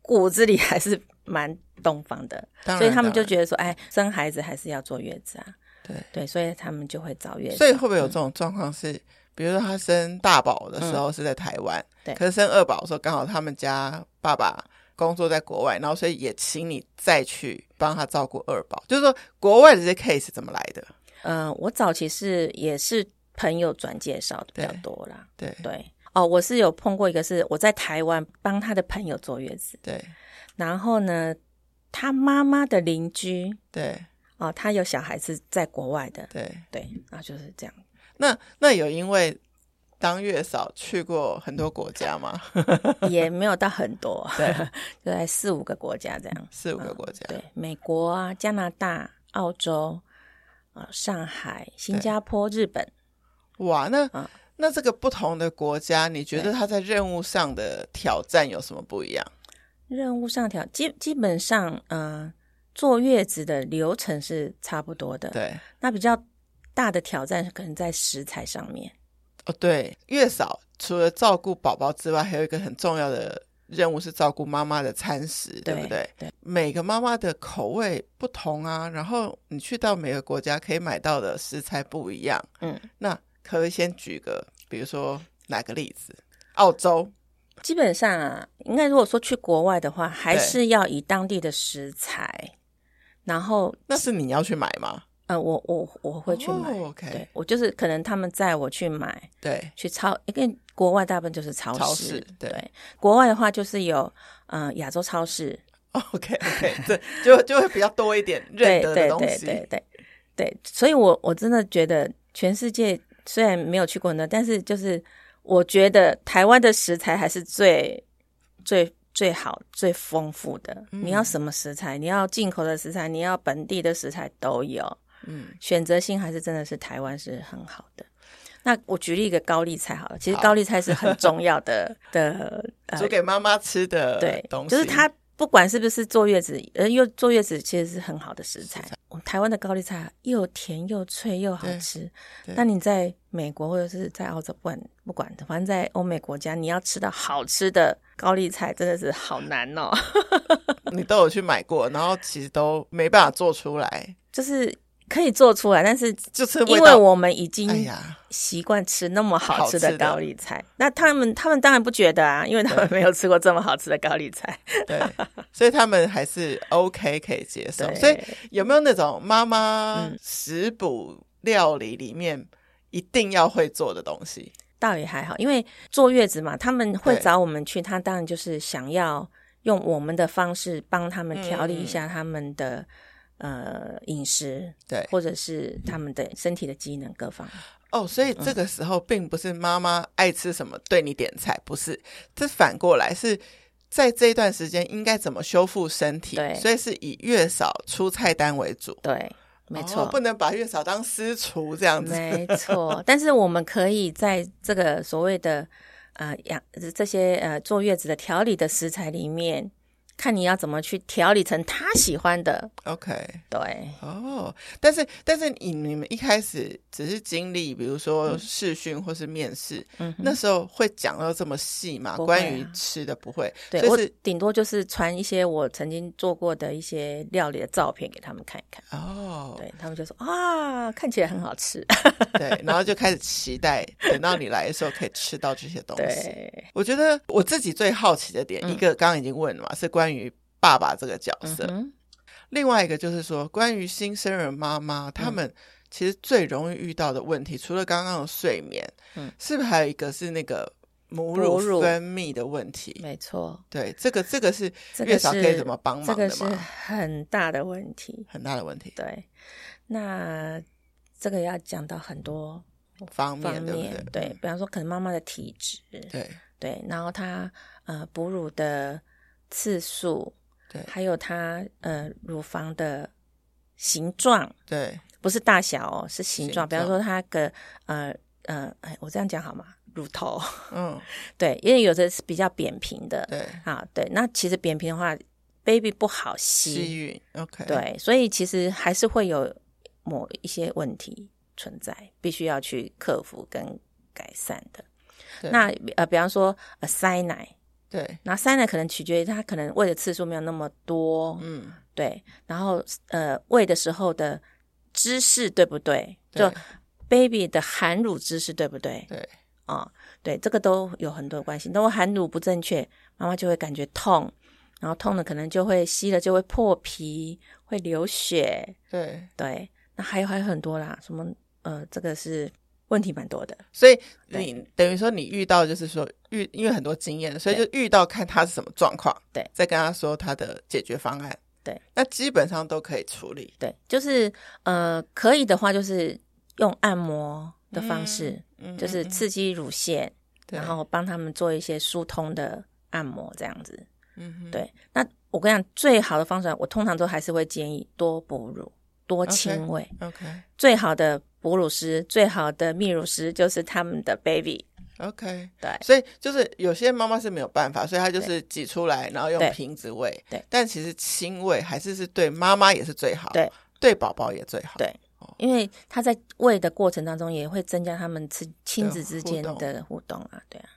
B: 骨子里还是蛮东方的，
A: 当然
B: 所以他们就
A: 当然
B: 觉得说，哎，生孩子还是要坐月子啊，
A: 对
B: 对，所以他们就会找月子，嗯
A: 所以会不会有这种状况是，比如说他生大宝的时候是在台湾，
B: 对
A: 可是生二宝的时候刚好他们家爸爸工作在国外，然后所以也请你再去帮他照顾二宝，就是说国外的这些 case 怎么来的？
B: 呃，我早期是也是朋友转介绍的比较多啦，
A: 对
B: 对。哦，我是有碰过一个是我在台湾帮他的朋友坐月子，
A: 对
B: 然后呢，他妈妈的邻居
A: 对
B: 哦，他有小孩是在国外的，
A: 对，
B: 对，然后就是这样。
A: 那那有因为当月嫂去过很多国家吗？
B: 也没有到很多，对， 就在四五个国家这样。
A: 四五个国家，
B: 嗯对，美国啊、加拿大、澳洲、啊、上海、新加坡、日本，
A: 哇，那、
B: 嗯
A: 那这个不同的国家，你觉得他在任务上的挑战有什么不一样？
B: 任务上调基基本上，呃，坐月子的流程是差不多的。
A: 对，
B: 那比较大的挑战是可能在食材上面。
A: 哦，对，月嫂除了照顾宝宝之外，还有一个很重要的任务是照顾妈妈的餐食，对不对？
B: 对，
A: 每个妈妈的口味不同啊，然后你去到每个国家可以买到的食材不一样。
B: 嗯，
A: 那可不可以先举个，比如说哪个例子？澳洲，
B: 基本上啊，应该如果说去国外的话，还
A: 对
B: 是要以当地的食材，然后
A: 那是你要去买吗？
B: 呃，我我我会去买。
A: 哦，OK
B: 对我就是可能他们载我去买，
A: 对
B: 去超，因为国外大部分就是超市，
A: 超市对
B: 对国外的话就是有呃亚洲超市，
A: OK OK，对，哦就就会比较多一点认
B: 对
A: 得的
B: 对对
A: 东
B: 对
A: 西。
B: 对对对，所以我我真的觉得全世界虽然没有去过呢，但是就是我觉得台湾的食材还是最最最好、最丰富的。你
A: 嗯
B: 要什么食材？你要进口的食材，你要本地的食材都有，
A: 嗯，
B: 选择性还是真的是台湾是很好的。那我举例一个高丽菜好了，其实
A: 好
B: 高丽菜是很重要的的呃
A: 煮给妈妈吃的
B: 对
A: 东，西，
B: 就是它不管是不是坐月子，呃，又坐月子其实是很好的食材。我们台湾的高丽菜又甜又脆又好吃
A: 对对。
B: 那你在美国或者是在澳洲，不管不管，反正在欧美国家，你要吃到好吃的高丽菜真的是好难 哦。
A: 你都有去买过，然后其实都没办法做出来，
B: 就是可以做出来，但是
A: 就是
B: 因
A: 味
B: 为
A: 道。
B: 我们已经
A: 哎呀，
B: 习惯吃那么好吃
A: 好
B: 的
A: 吃的
B: 高丽菜，那他们他们当然不觉得啊，因为他们没有吃过这么好吃的高丽菜。
A: 对， 所以他们还是 OK 可以接受。
B: 对
A: 哦
B: 嗯
A: 所以有没有那种妈妈食补料理里面一定要会做的东西？
B: 倒也还好，因为坐月子嘛，他们会
A: 对
B: 找我们去，他当然就是想要用我们的方式帮他们调理一
A: 嗯
B: 下他们的、呃饮食，
A: 对
B: 或者是他们的身体的机能各方面。
A: 哦，所
B: 嗯
A: 以这个时候并不是妈妈爱吃什么对你点菜，不是，这反过来是在这一段时间应该怎么修复身体，
B: 对
A: 所以是以月嫂出菜单为主，
B: 对，没错。
A: 哦不能把月嫂当私厨这样子，
B: 没错， 但是我们可以在这个所谓的呃养这些呃坐月子的调理的食材里面，看你要怎么去调理成他喜欢的。
A: OK，
B: 对，
A: 哦，但是但是你你们一开始只是经历，比如说试训或是面试，
B: 嗯哼，
A: 那时候会讲到这么细嘛？
B: 不会啊
A: 关于吃的不会，
B: 对
A: 所
B: 我
A: 以是
B: 顶多就是传一些我曾经做过的一些料理的照片给他们看一看，
A: 哦，
B: 对他们就说啊，看起来很好吃。
A: 对，然后就开始期待，等到你来的时候可以吃到这些东西。
B: 对，
A: 我觉得我自己最好奇的点，
B: 嗯
A: 一个刚刚已经问了嘛，是关于爸爸这个角色；
B: 嗯
A: 另外一个就是说，关于新生儿妈妈，他
B: 嗯
A: 们其实最容易遇到的问题，除了刚刚的睡眠，
B: 嗯
A: 是不是还有一个是那个母
B: 母乳
A: 乳分泌的问
B: 哼，
A: 题？
B: 没错，
A: 对，这个这个是
B: 这
A: 月
B: 个
A: 嫂
B: 是
A: 可以怎么帮
B: 这
A: 忙的
B: 个
A: 嘛？
B: 是很大的问题。
A: 很大的问题，
B: 对，那这个要讲到很多
A: 方面
B: 方
A: 对不
B: 面，
A: 对嗯
B: 对比方说可能妈妈的体质，
A: 对
B: 对，然后她呃哺乳的次数，
A: 对
B: 还有她呃乳房的形状，
A: 对
B: 不是大小哦，是形
A: 形
B: 状。比方
A: 状
B: 说它个呃呃，哎，我这样讲好吗？乳头，
A: 嗯
B: 对，因为有的是比较扁平的，
A: 对
B: 啊，对。那其实扁平的话，baby 不好
A: 吸
B: 吸，
A: 吮 OK
B: 对，所以其实还是会有某一些问题存在，必须要去克服跟改善的。
A: 对
B: 那呃，比方说呃塞奶，
A: 对
B: 那塞奶可能取决于它可能喂的次数没有那么多，
A: 嗯
B: 对，然后呃喂的时候的姿势对不对？
A: 对
B: 就 baby 的含乳姿势对不对？
A: 对
B: 啊、对，这个都有很多关系。如果含乳不正确，妈妈就会感觉痛，然后痛了可能就会吸了就会破皮，会流血，
A: 对，
B: 对。那还有还有很多啦，什么呃，这个是问题蛮多的，
A: 所以你等于说你遇到就是说遇，因为很多经验，所以就遇到看他是什么状况，
B: 对
A: 再跟他说他的解决方案，
B: 对，
A: 那基本上都可以处理。
B: 对，就是呃，可以的话就是用按摩的方式，
A: 嗯
B: 就是
A: 嗯嗯
B: 刺激乳腺，
A: 对
B: 然后帮他们做一些疏通的按摩，这样子。
A: 嗯哼
B: 对，那我跟你讲，最好的方式，我通常都还是会建议多哺乳、多亲喂。
A: ，OK
B: 最好的哺乳师、最好的泌乳师就是他们的 baby。
A: OK，
B: 对
A: 所以就是有些妈妈是没有办法，所以她就是挤出来，然后用
B: 对
A: 瓶子喂，
B: 对
A: 但其实亲喂还是是对妈妈也是最好，
B: 对，
A: 对宝宝也最好，
B: 对因为他在喂的过程当中，也会增加他们亲亲子之间的互动啊，对啊，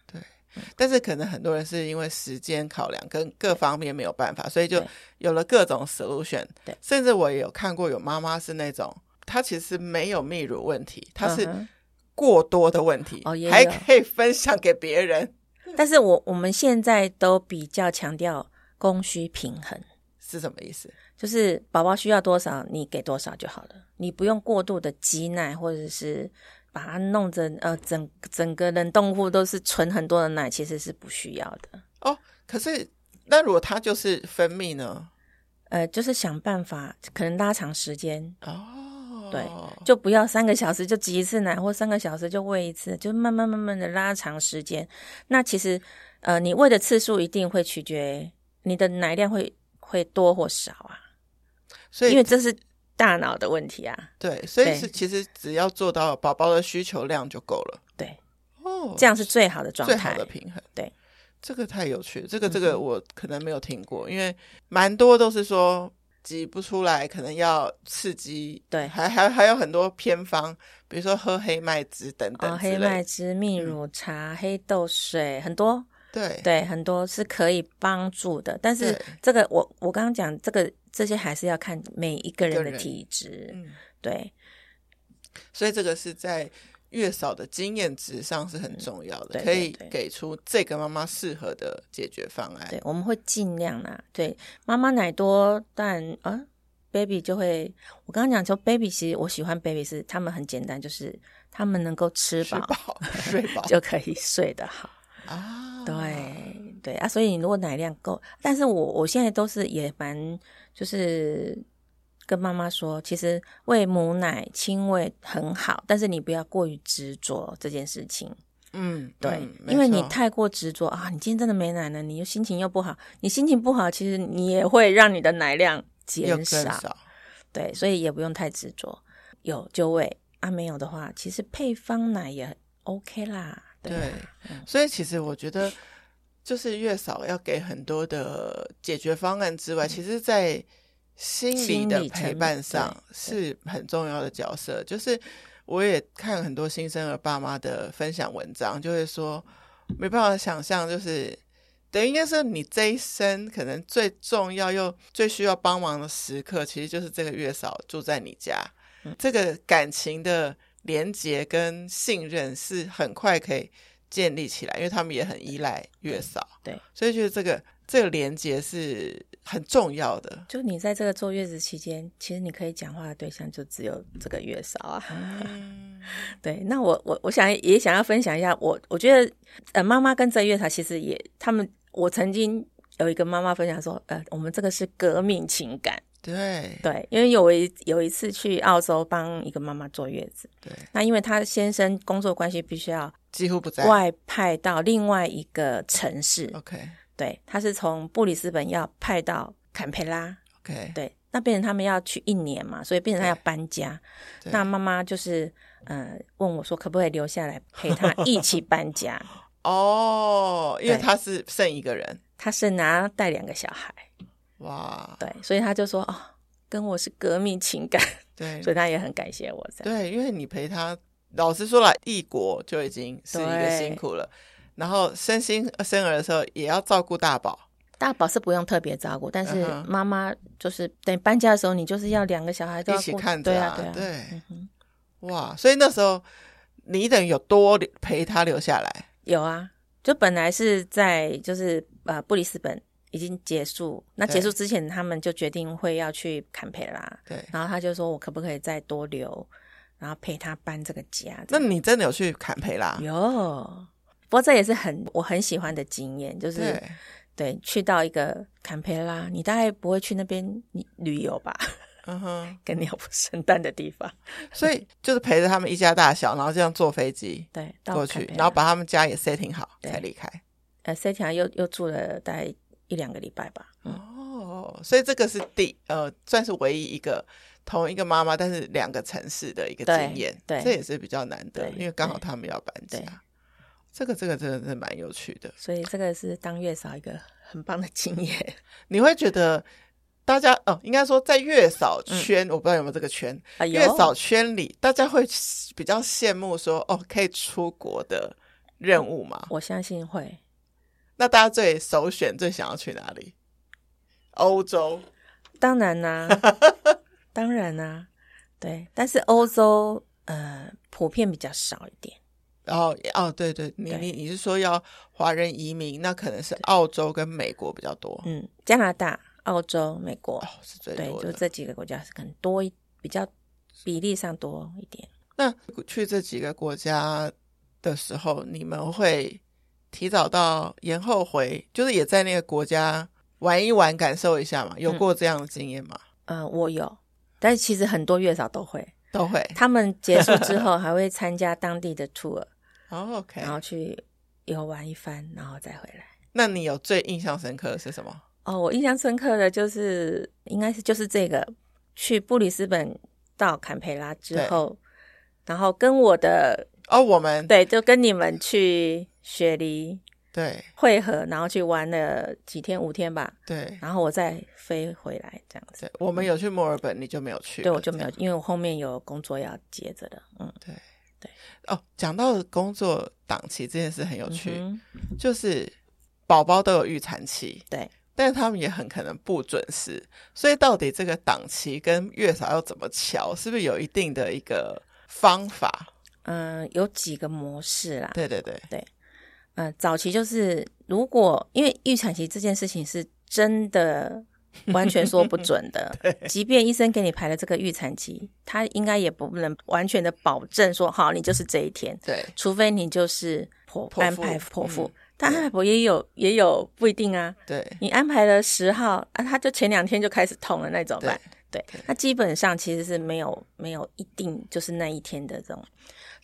A: 但是可能很多人是因为时间考量跟各方面没有办法，所以就
B: 对
A: 有了各种 solution。
B: 对
A: 甚至我也有看过有妈妈是那种，她其实没有泌乳问题，她是
B: 嗯哼
A: 过多的问题，
B: 哦也有
A: 还可以分享给别人，
B: 但是我我们现在都比较强调供需平衡，
A: 是什么意思？
B: 就是宝宝需要多少，你给多少就好了，你不用过度的挤奶，或者是把它弄成呃整整个冷冻库都是存很多的奶，其实是不需要的。
A: 哦，可是那如果它就是分泌呢？
B: 呃，就是想办法可能拉长时间，
A: 哦，
B: 对就不要三个小时就挤一次奶，或三个小时就喂一次，就慢慢慢慢的拉长时间。那其实，呃，你喂的次数一定会取决你的奶量会会多或少啊，
A: 所
B: 因
A: 以
B: 为这是大脑的问题啊。
A: 对，所以
B: 对
A: 是其实只要做到宝宝的需求量就够了。
B: 对，
A: 哦，
B: 这样是最好的状
A: 最好
B: 态
A: 的。平衡。
B: 对，
A: 这个太有趣了，这个这
B: 嗯
A: 个
B: 哼
A: 我可能没有听过，因为蛮多都是说挤不出来，可能要刺激，
B: 对
A: 还还还有很多偏方，比如说喝黑麦汁等
B: 哦，
A: 等之
B: 黑
A: 类
B: 麦
A: 的。嗯
B: 汁、蜜乳茶、黑豆水很多，
A: 对
B: 对，很多是可以帮助的。但是
A: 对
B: 这个我我刚刚讲这个这些还是要看每一个人
A: 个
B: 的
A: 人
B: 体质，
A: 嗯，
B: 对。
A: 所以这个是在月嫂的经验值上是很重要的，
B: 嗯对对
A: 可以
B: 对
A: 给出这个妈妈适合的解决方案。
B: 对，我们会尽量啦。对，妈妈奶多，但啊，baby 就会，我刚刚讲说 baby，其实我喜欢 baby 是他们很简单，就是他们能够吃
A: 吃
B: 饱
A: 饱 睡 饱
B: 就可以睡得好。
A: 啊，
B: 对、对啊，所以你如果奶量够，但是我我现在都是也蛮就是。跟妈妈说，其实喂母奶、亲喂很好，但是你不要过于执着这件事情。
A: 嗯，
B: 对，
A: 嗯
B: 因为
A: 没
B: 你
A: 错
B: 太过执着啊，你今天真的没奶了，你又心情又不好，你心情不好，其实你也会让你的奶量
A: 又
B: 减
A: 更
B: 少，
A: 少，
B: 对，所以也不用太执着，有就喂啊，没有的话，其实配方奶也 OK 啦，对
A: 对
B: 啊，
A: 所以其实我觉得，就是月嫂要给很多的解决方案之外，其实，在心理
B: 嗯心
A: 的
B: 理层
A: 陪
B: 面
A: 伴上
B: 对
A: 是很重要的角色。就是我也看很多新生儿爸妈的分享文章，就会说没办法想象，就是等于应该是你这一生可能最重要又最需要帮忙的时刻，其实就是这个月嫂住在你家，这个感情的连结跟信任是很快可以建立起来，因为他们也很依赖月嫂，
B: 对，
A: 所以觉得这个这个连结是很重要的。
B: 就你在这个坐月子期间，其实你可以讲话的对象就只有这个月嫂啊。
A: 嗯，
B: 对，那我我我想也想要分享一下，我我觉得呃，妈妈跟这月嫂其实也，他们我曾经有一个妈妈分享说，呃，我们这个是革命情感，
A: 对
B: 对，因为有一有一次去澳洲帮一个妈妈坐月子，
A: 对，
B: 那因为她先生工作关系必须要
A: 几乎不在。嗯
B: 外派到另外一个城市，
A: OK
B: 对，他是从布里斯本要派到坎培拉，
A: OK，
B: 对，那变成他们要去一年嘛，所以变成他要搬家。
A: 对
B: 那妈妈就是呃问我说，可不可以留下来陪他一起搬 家？
A: 哦，因为
B: 对
A: 他是剩一个人，
B: 他是拿带两个小孩，
A: 哇，
B: 对，所以他就说哦，跟我是革命情感，
A: 对
B: 所以他也很感谢我这样。
A: 对，因为你陪他，老实说了，异国就已经是一个
B: 对
A: 辛苦了，然后生新呃生儿的时候也要照顾大宝，
B: 大宝是不用特别照顾，但是
A: 嗯哼
B: 妈妈就是等搬家的时候，你就是要两个小孩都
A: 一
B: 要
A: 起
B: 顾
A: 看
B: 对
A: 着
B: 啊，对啊，
A: 对
B: 嗯哼，
A: 哇，所以那时候你等于有多留陪他留下来，
B: 有啊，就本来是在就是呃布里斯本已经结束，那
A: 对
B: 结束之前他们就决定会要去坎培拉，
A: 对。
B: 然后他就说我可不可以再多留，然后陪他搬这个家？
A: 那你真的有去坎培拉？
B: 有。不过这也是很我很喜欢的经验，就是
A: 对，
B: 对去到一个坎培拉，你大概不会去那边旅旅游吧，
A: 嗯哼，
B: 跟鸟不生蛋的地方。
A: 所以就是陪着他们一家大小，然后这样坐飞机
B: 对，到
A: 过
B: 坎
A: 去
B: 培，拉
A: 然后把他们家也 setting 好
B: 对
A: 才离开。
B: 呃 C 条又又住了大概一两个礼拜吧。
A: 哦，所以这个是第呃，算是唯一一个同一个妈妈，但是两个城市的一个
B: 对
A: 经验，
B: 对
A: 这也是比较难得，
B: 对
A: 因为刚好
B: 对
A: 他们要搬家
B: 对。
A: 这个这个真的是蛮有趣的，
B: 所以这个是当月嫂一个很棒的经验。
A: 你会觉得大家哦、应该说在月嫂
B: 嗯
A: 圈，我不知道有没有这个圈，
B: 哎呦
A: 月嫂圈里，大家会比较羡慕说哦，可以出国的任务嘛？
B: 我相信会
A: 那大家最首选最想要去哪里？欧洲
B: 当然啦、当然啦、对。但是欧洲呃普遍比较少一点，
A: 哦哦，对对，你
B: 对
A: 你你是说要华人移民？那可能是澳洲跟美国比较多，
B: 嗯，加拿大、澳洲、美国，
A: 哦是最
B: 对，
A: 多
B: 就
A: 的。
B: 这几个国家是可能多一比较比例上多一点。
A: 那去这几个国家的时候，你们会提早到延后回，就是也在那个国家玩一玩，感受一下嘛？
B: 嗯
A: 有过这样的经验吗？
B: 呃，我有，但是其实很多月嫂都会，
A: 都会。
B: 他们结束之后还会参加当地的 tour，
A: 哦，OK、
B: 然后去游玩一番，然后再回来。
A: 那你有最印象深刻的是什么？
B: 哦，我印象深刻的就是，应该是就是这个，去布里斯本到坎培拉之后，然后跟我的
A: 哦，我们
B: 对，就跟你们去雪梨
A: 对
B: 汇合，然后去玩了几天，五天吧，
A: 对
B: 然后我再飞回来这样子
A: 对。，我们有去墨尔本，你就没有去了，
B: 对，我就没有
A: 这，样
B: 因为我后面有工作要接着的，嗯，
A: 哦。讲到工作档期这件事很有趣，
B: 嗯哼
A: 就是宝宝都有预产期，
B: 对，
A: 但是他们也很可能不准时，所以到底这个档期跟月嫂要怎么瞧，是不是有一定的一个方法？
B: 嗯，有几个模式啦，
A: 对对对，
B: 嗯、早期就是如果因为预产期这件事情是 真的完全说不准的
A: 对，
B: 即便医生给你排了这个预产期，他应该也不能完全的保证说好你就是这一天，
A: 对
B: 除非你就是剖
A: 剖腹
B: 安排剖腹
A: 嗯，
B: 但安排剖也有也有不一定啊，
A: 对
B: 你安排了十号啊，他就前两天就开始痛了，那怎么办？对，那基本上其实是没有没有一定就是那一天的这种。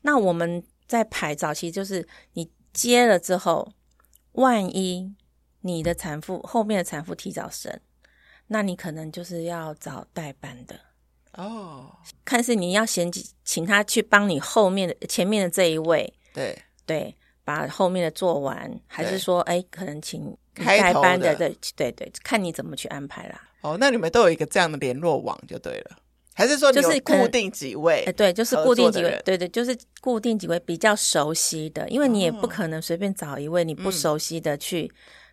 B: 那我们在排早期，就是你接了之后，万一你的产妇后面的产妇提早生，那你可能就是要找代班的，
A: 哦，
B: 看是你要先请他去帮你后面的前面的这一位，
A: 对
B: 对，把后面的做完，还是
A: 对
B: 说，哎，可能请
A: 开
B: 代
A: 头
B: 班
A: 的
B: 对对对，看你怎么去安排啦。
A: 哦，那你们都有一个这样的联络网就对了，还是说你
B: 就是
A: 有
B: 可能
A: 固定几位
B: 哎，？对，就是
A: 合
B: 固定
A: 作
B: 几
A: 的
B: 位
A: 人，
B: 对对，就是固定几位比较熟悉的，因为你也不
A: 哦
B: 可能随便找一位你
A: 嗯
B: 不
A: 哦
B: 熟悉的去，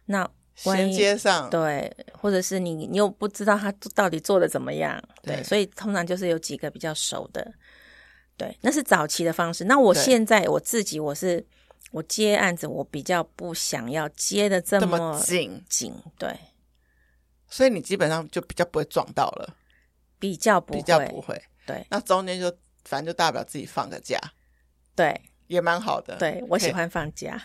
B: 那万
A: 衔
B: 一。
A: 接上，
B: 对，或者是你，你又不知道他到底做的怎么样，对，
A: 对
B: 所以通常就是有几个比较熟的，对，那是早期的方式。那我
A: 对
B: 现在我自己，我是我接案子，我比较不想要接的这
A: 这
B: 么
A: 么紧，
B: 紧，对，
A: 所以你基本上就比较不会撞到了，
B: 比较不会，
A: 比较不会。
B: 对
A: 那中间就反正就大不了自己放个假，
B: 对
A: 也蛮好的。，
B: 对，我喜
A: 嘿
B: 欢放 假，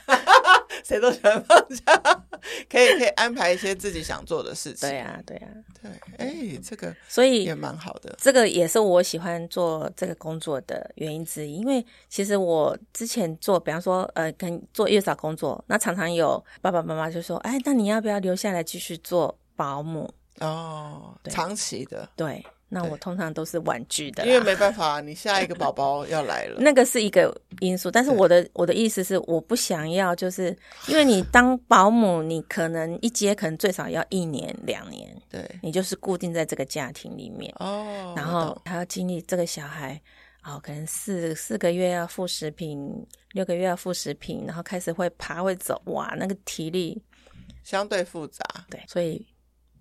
A: 谁都喜欢放假， 可以可以安排一些自己想做的事情。
B: 对啊对啊，
A: 对，哎，这个
B: 所以
A: 也蛮好的。
B: 这个也是我喜欢做这个工作的原因之一，因为其实我之前做，比方说呃，跟做月嫂工作，那常常有爸爸妈妈就说，哎，那你要不要留下来继续做保姆？
A: 哦，
B: 对
A: 长期的，
B: 对，那我
A: 对
B: 通常都是婉拒的啦，
A: 因为没办法，你下一个宝宝要来了。
B: 啊那个是一个因素，但是
A: 对
B: 我的我的意思是，我不想要，就是因为你当保姆，你可能一接可能最少要一年两年，
A: 对，
B: 你就是固定在这个家庭里面，
A: 哦，
B: 然
A: 我
B: 后
A: 懂
B: 还要经历这个小孩哦，可能四四个月要副食品，六个月要副食品，然后开始会爬会走，哇，那个体力，
A: 相对复杂，
B: 对，所以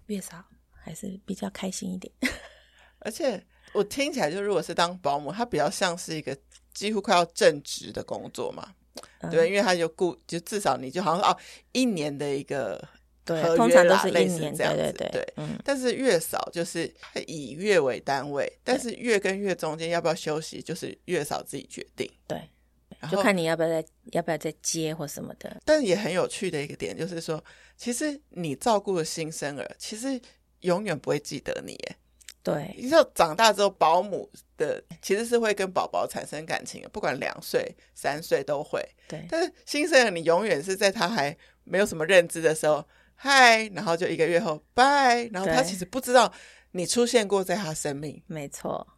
B: 月嫂还是比较开心一点。
A: 而且我听起来就如果是当保姆，它比较像是一个几乎快要正职的工作嘛。
B: 嗯
A: 对，因为他就固，就至少你就好像哦一年的一个
B: 对
A: 合，约
B: 通常都
A: 啦
B: 是一
A: 类似
B: 年，
A: 这样
B: 对
A: 子
B: 对
A: 对
B: 嗯，
A: 但是月嫂就是以月为单位，但是月跟月中间要不要休息，就是月嫂自己决定。
B: 对，
A: 然
B: 就
A: 后，
B: 看你要不要再要不要再接或什么的，
A: 但也很有趣的一个点就是说，其实你照顾的新生儿，其实永远不会记得你耶。
B: 对
A: 你知道长大之后，保姆的其实是会跟宝宝产生感情的，不管两岁、三岁都会。
B: 对
A: 但是新生儿你永远是在他还没有什么认知的时候，嗨，然后就一个月后，拜，然后他
B: 对
A: 其实不知道你出现过在他生命，
B: 没错。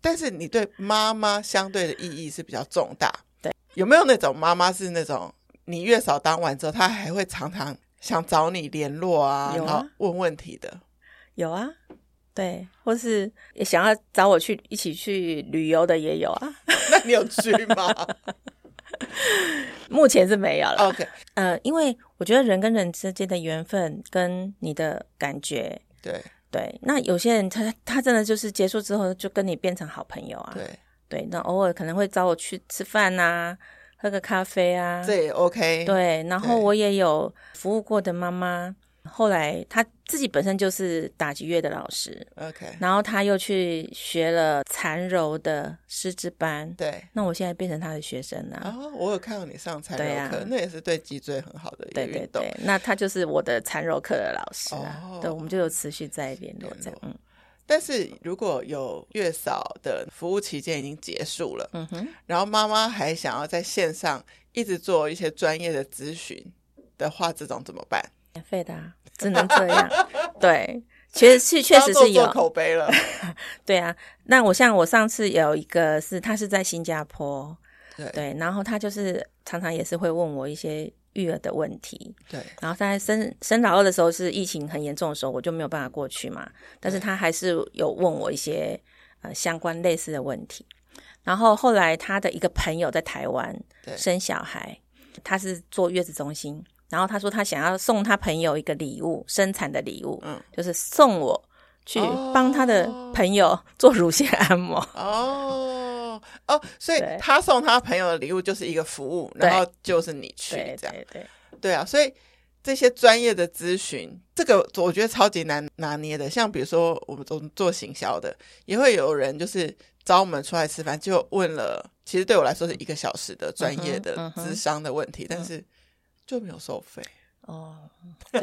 A: 但是你对妈妈相对的意义是比较重大。
B: 对，
A: 有没有那种妈妈是那种你月嫂当完之后，她还会常常想找你联络啊，
B: 有啊
A: 然后问问题的？
B: 有啊，对，或是也想要找我去一起去旅游的也有啊，
A: 那你有去 吗
B: 目前是没有了。
A: ？OK，
B: 呃，因为我觉得人跟人之间的缘分跟你的感觉，
A: 对
B: 对，那有些人他他真的就是结束之后就跟你变成好朋友啊，
A: 对，
B: 对那偶尔可能会找我去吃饭呐、喝个咖啡啊，
A: 这也 OK。
B: 对，然后
A: 对
B: 我也有服务过的妈妈，后来他自己本身就是打击乐的老师，
A: OK，
B: 然后他又去学了缠柔的师资班，
A: 对。
B: 那我现在变成他的学生啊了。
A: 哦，我有看到你上缠
B: 嗯对
A: 柔
B: 啊
A: 课，那也是对脊椎很好的一个
B: 对对
A: 运动
B: 对。，那他就是我的缠柔课的老师啊，
A: 哦
B: 对，我们就有持续在联络
A: 联
B: 这样
A: 络，
B: 嗯
A: 但是如果有月嫂的服务期间已经结束了，
B: 嗯哼，
A: 然后妈妈还想要在线上一直做一些专业的咨询的话，这种怎么办？
B: 免费的、啊，只能 这样，对，确实是确实是
A: 不要
B: 有
A: 做，口碑了。
B: 对啊，那我像我上次有一个是，他是在新加坡，
A: 对
B: 对，然后他就是常常也是会问我一些育儿的问题，
A: 对
B: 然后他在生生老二的时候是疫情很严重的时候，我就没有办法过去嘛，但是他还是有问我一些呃相关类似的问题，然后后来他的一个朋友在台湾
A: 对
B: 生小孩，他是做月子中心，然后他说他想要送他朋友一个礼物，生产的礼物，
A: 嗯
B: 就是送我去
A: 哦
B: 帮他的朋友做乳腺按摩。
A: 哦哦，所以
B: 对
A: 他送他朋友的礼物就是一个服务，
B: 对
A: 然后就是你去
B: 对
A: 这样，
B: 对对，
A: 对啊，所以这些专业的咨询，这个我觉得超级难拿捏的。像比如说我们我们做行销的，也会有人就是找我们出来吃饭，就问了，其实对我来说是一个小时的专业的
B: 嗯哼嗯哼
A: 咨商的问题，但是就没有收费。
B: 哦，对，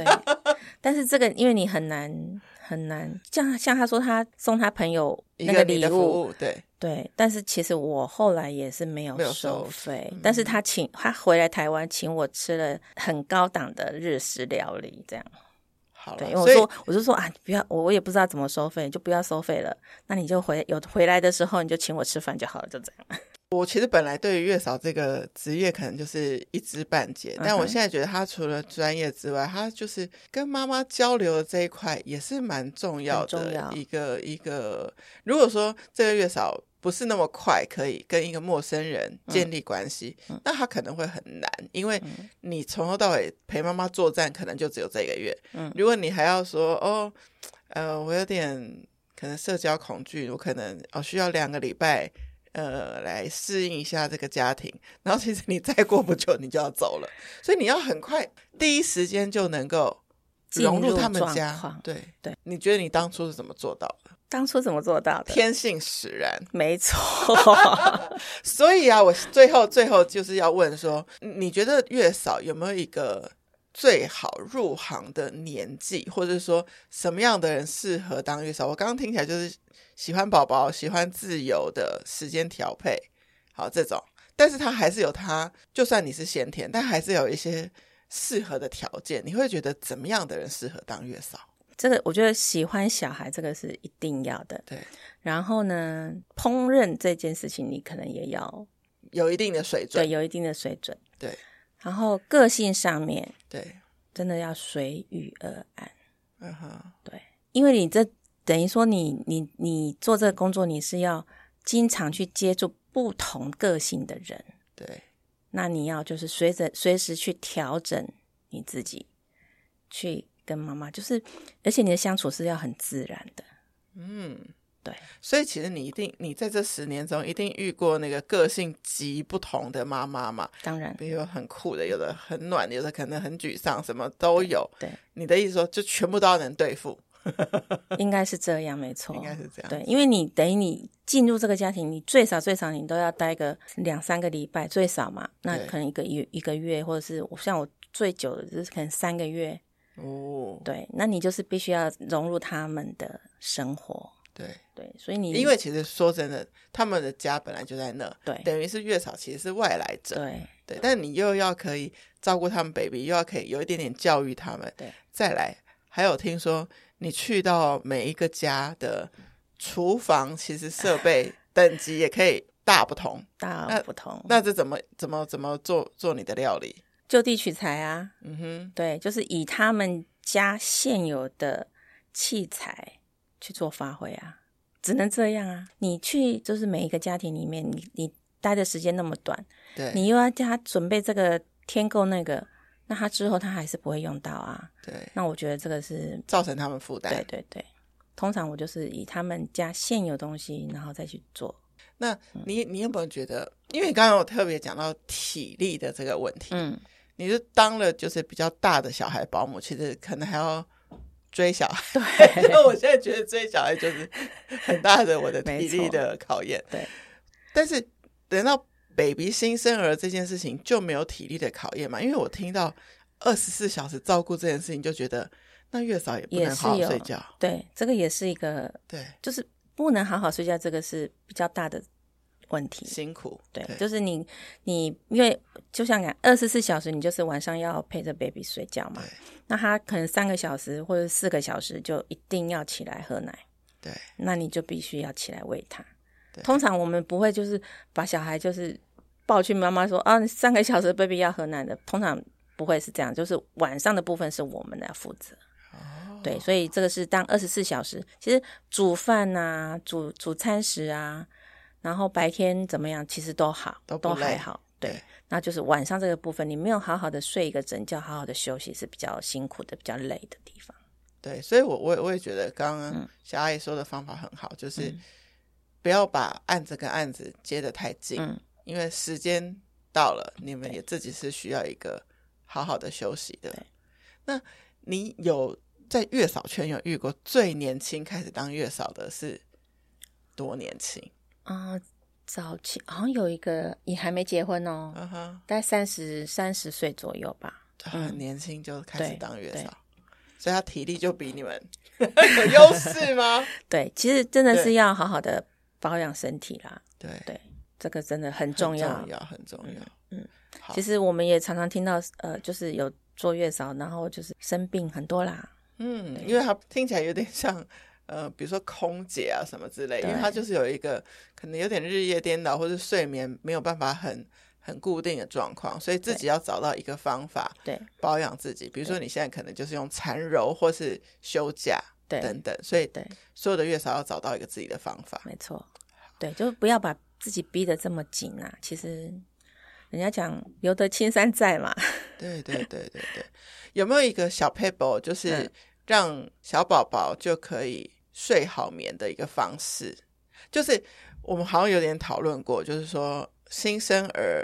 B: 但是这个因为你很难很难，像像他说他送他朋友
A: 一
B: 那个
A: 你
B: 礼
A: 的服
B: 物，
A: 务，对
B: 对，但是其实我后来也是没有
A: 没有收
B: 收费，但是
A: 嗯
B: 他请他回来台湾请我吃了很高档的日式料理，这样
A: 好
B: 对，
A: 了，
B: 因为我
A: 所以
B: 说我就说啊，你不要我我也不知道怎么收费，就不要收费了，那你就回有回来的时候你就请我吃饭就好了，就这样。
A: 我其实本来对于月嫂这个职业可能就是一知半解，但我
B: 嗯哼
A: 现在觉得她除了专业之外，她就是跟妈妈交流的这一块也是蛮重要
B: 很重
A: 的
B: 要
A: 一个一个。如果说这个月嫂不是那么快可以跟一个陌生人
B: 嗯
A: 建立关系，那她可能会很难，因为你从头到尾陪妈妈作战，可能就只有这个月。
B: 嗯
A: 如果你还要说哦，呃，我有点可能社交恐惧，我可能哦需要两个礼拜，呃，来适应一下这个家庭。然后其实你再过不久你就要走了，所以你要很快第一时间就能够
B: 进
A: 融
B: 入
A: 他们
B: 状
A: 家
B: 况。
A: 对
B: 对，
A: 你觉得你当初是怎么做到的？
B: 当初怎么做到的？
A: 天性使然。
B: 没错，
A: 所以啊，我最后最后就是要问说，你觉得月嫂有没有一个最好入行的年纪，或者说什么样的人适合当月嫂？我刚刚听起来就是喜欢宝宝、喜欢自由的时间调配，好这种，但是他还是有他，就算你是先天，但还是有一些适合的条件。你会觉得怎么样的人适合当月嫂？
B: 这个我觉得喜欢小孩这个是一定要的。
A: 对，
B: 然后呢，烹饪这件事情你可能也要
A: 有一定的水
B: 对
A: 准，
B: 有一定的水准。
A: 对
B: 然后个性上面
A: 对，
B: 真的要随遇而安，
A: 嗯哼，
B: 因为你这等于说你你你做这个工作，你是要经常去接触不同个性的人，
A: 对
B: 那你要就是随着随时去调整你自己，去跟妈妈就是，而且你的相处是要很自然的，
A: 嗯，
B: 对。
A: 所以其实你一定，你在这十年中一定遇过那个个性极不同的妈妈嘛，
B: 当然
A: 比如很酷的，有的很暖的，有的可能很沮丧，什么都有。
B: 对，
A: 你的意思说，就全部都要能对付，
B: 应该是这样，没错，
A: 应该是这样。
B: 哦对，因为你等于你进入这个家庭，你最少最少你都要待个两三个礼拜，最少嘛。那
A: 对
B: 可能一个一一个月，或者是我像我最久的就是可能三个月。
A: 哦，
B: 对，那你就是必须要融入他们的生活。
A: 对，
B: 对，所以你
A: 因为其实说真的，他们的家本来就在那，
B: 对
A: 等于是月嫂其实是外来者，
B: 对
A: 对，但你又要可以照顾他们 baby，又要可以有一点点教育他们，
B: 对，
A: 再来还有听说你去到每一个家的厨房，其实设 备等级也可以大不同，
B: 大
A: 那
B: 不同，
A: 那这怎么怎么怎么做做你的料理？
B: 就地取材啊。
A: 嗯哼，
B: 对，就是以他们家现有的器材去做发挥啊，只能这样啊。你去就是每一个家庭里面，你你待的时间那么短。
A: 对，
B: 你又要叫他准备这个添购那个，那他之后他还是不会用到啊。
A: 对，
B: 那我觉得这个是，
A: 造成他们负担。
B: 对对对。通常我就是以他们家现有东西，然后再去做。嗯
A: 那你你有没有觉得？因为你刚刚有特别讲到体力的这个问题，
B: 嗯，
A: 你就当了就是比较大的小孩保姆，其实可能还要追小孩。 因为
B: 对，
A: 我现在觉得追小孩就是很大的我的体力的考验。
B: 没错对，
A: 但是等到 baby 新生儿这件事情就没有体力的考验嘛？因为我听到二十四小时照顾这件事情，就觉得那月嫂也不
B: 也
A: 能
B: 是
A: 好好
B: 有
A: 睡觉。
B: 对，这个也是一个，
A: 对，
B: 就是不能好好睡觉，这个是比较大的问题。
A: 辛苦。
B: 对，就是你你因为就像讲二十四小时，你就是晚上要陪着 baby 睡觉嘛
A: 对。
B: 那他可能三个小时或者四个小时就一定要起来喝奶，
A: 对，
B: 那你就必须要起来喂他
A: 对。
B: 通常我们不会就是把小孩就是抱去妈妈说啊，你三个小时 baby 要喝奶的，通常不会是这样，就是晚上的部分是我们来负责。
A: 哦，
B: 对，所以这个是当二十四小时，其实煮饭啊、煮煮餐食啊，然后白天怎么样，其实都好，
A: 都
B: 都
A: 不累
B: 还好。对，那就是晚上这个部分，你没有好好的睡一个整觉，好好的休息是比较辛苦的、比较累的地方。
A: 对，所以我我也我也觉得刚刚
B: 嗯
A: 小阿姨说的方法很好，就是
B: 嗯
A: 不要把案子跟案子接得太近，
B: 嗯，
A: 因为时间到了，你们也自己是需要一个好好的休息的
B: 对。
A: 那你有在月嫂圈有遇过最年轻开始当月嫂的是多年轻？
B: 啊、早期好像有一个也还没结婚哦，
A: 嗯哼，
B: 大概三十三十岁左右吧。
A: 很年轻就开始
B: 嗯对
A: 当月
B: 对
A: 嫂，所以她体力就比你们 有优势吗？
B: 对，其实真的
A: 对
B: 是要好好的保养身体啦，
A: 对，
B: 对这个真的很
A: 很
B: 重要。嗯
A: 重要，很重要。好
B: 其实我们也常常听到，呃，就是有坐月嫂，然后就是生病很多啦。
A: 嗯，因为它听起来有点像，呃，比如说空姐啊什么之类，因为
B: 对
A: 它就是有一个可能有点日夜颠倒，或是睡眠没有办法很很固定的状况，所以自己要找到一个方法
B: 对
A: 保养自己。比如说你现在可能就是用缠柔或是休假
B: 对
A: 等等，所以
B: 对，
A: 所有的月嫂要找到一个自己的方法。
B: 没错，对，就是不要把自己逼得这么紧啊。其实人家讲留得青山在嘛，
A: 对对对对对，有没有一个小 paper 就是
B: 嗯
A: 让小宝宝就可以睡好眠的一个方式？就是我们好像有点讨论过，就是说新生儿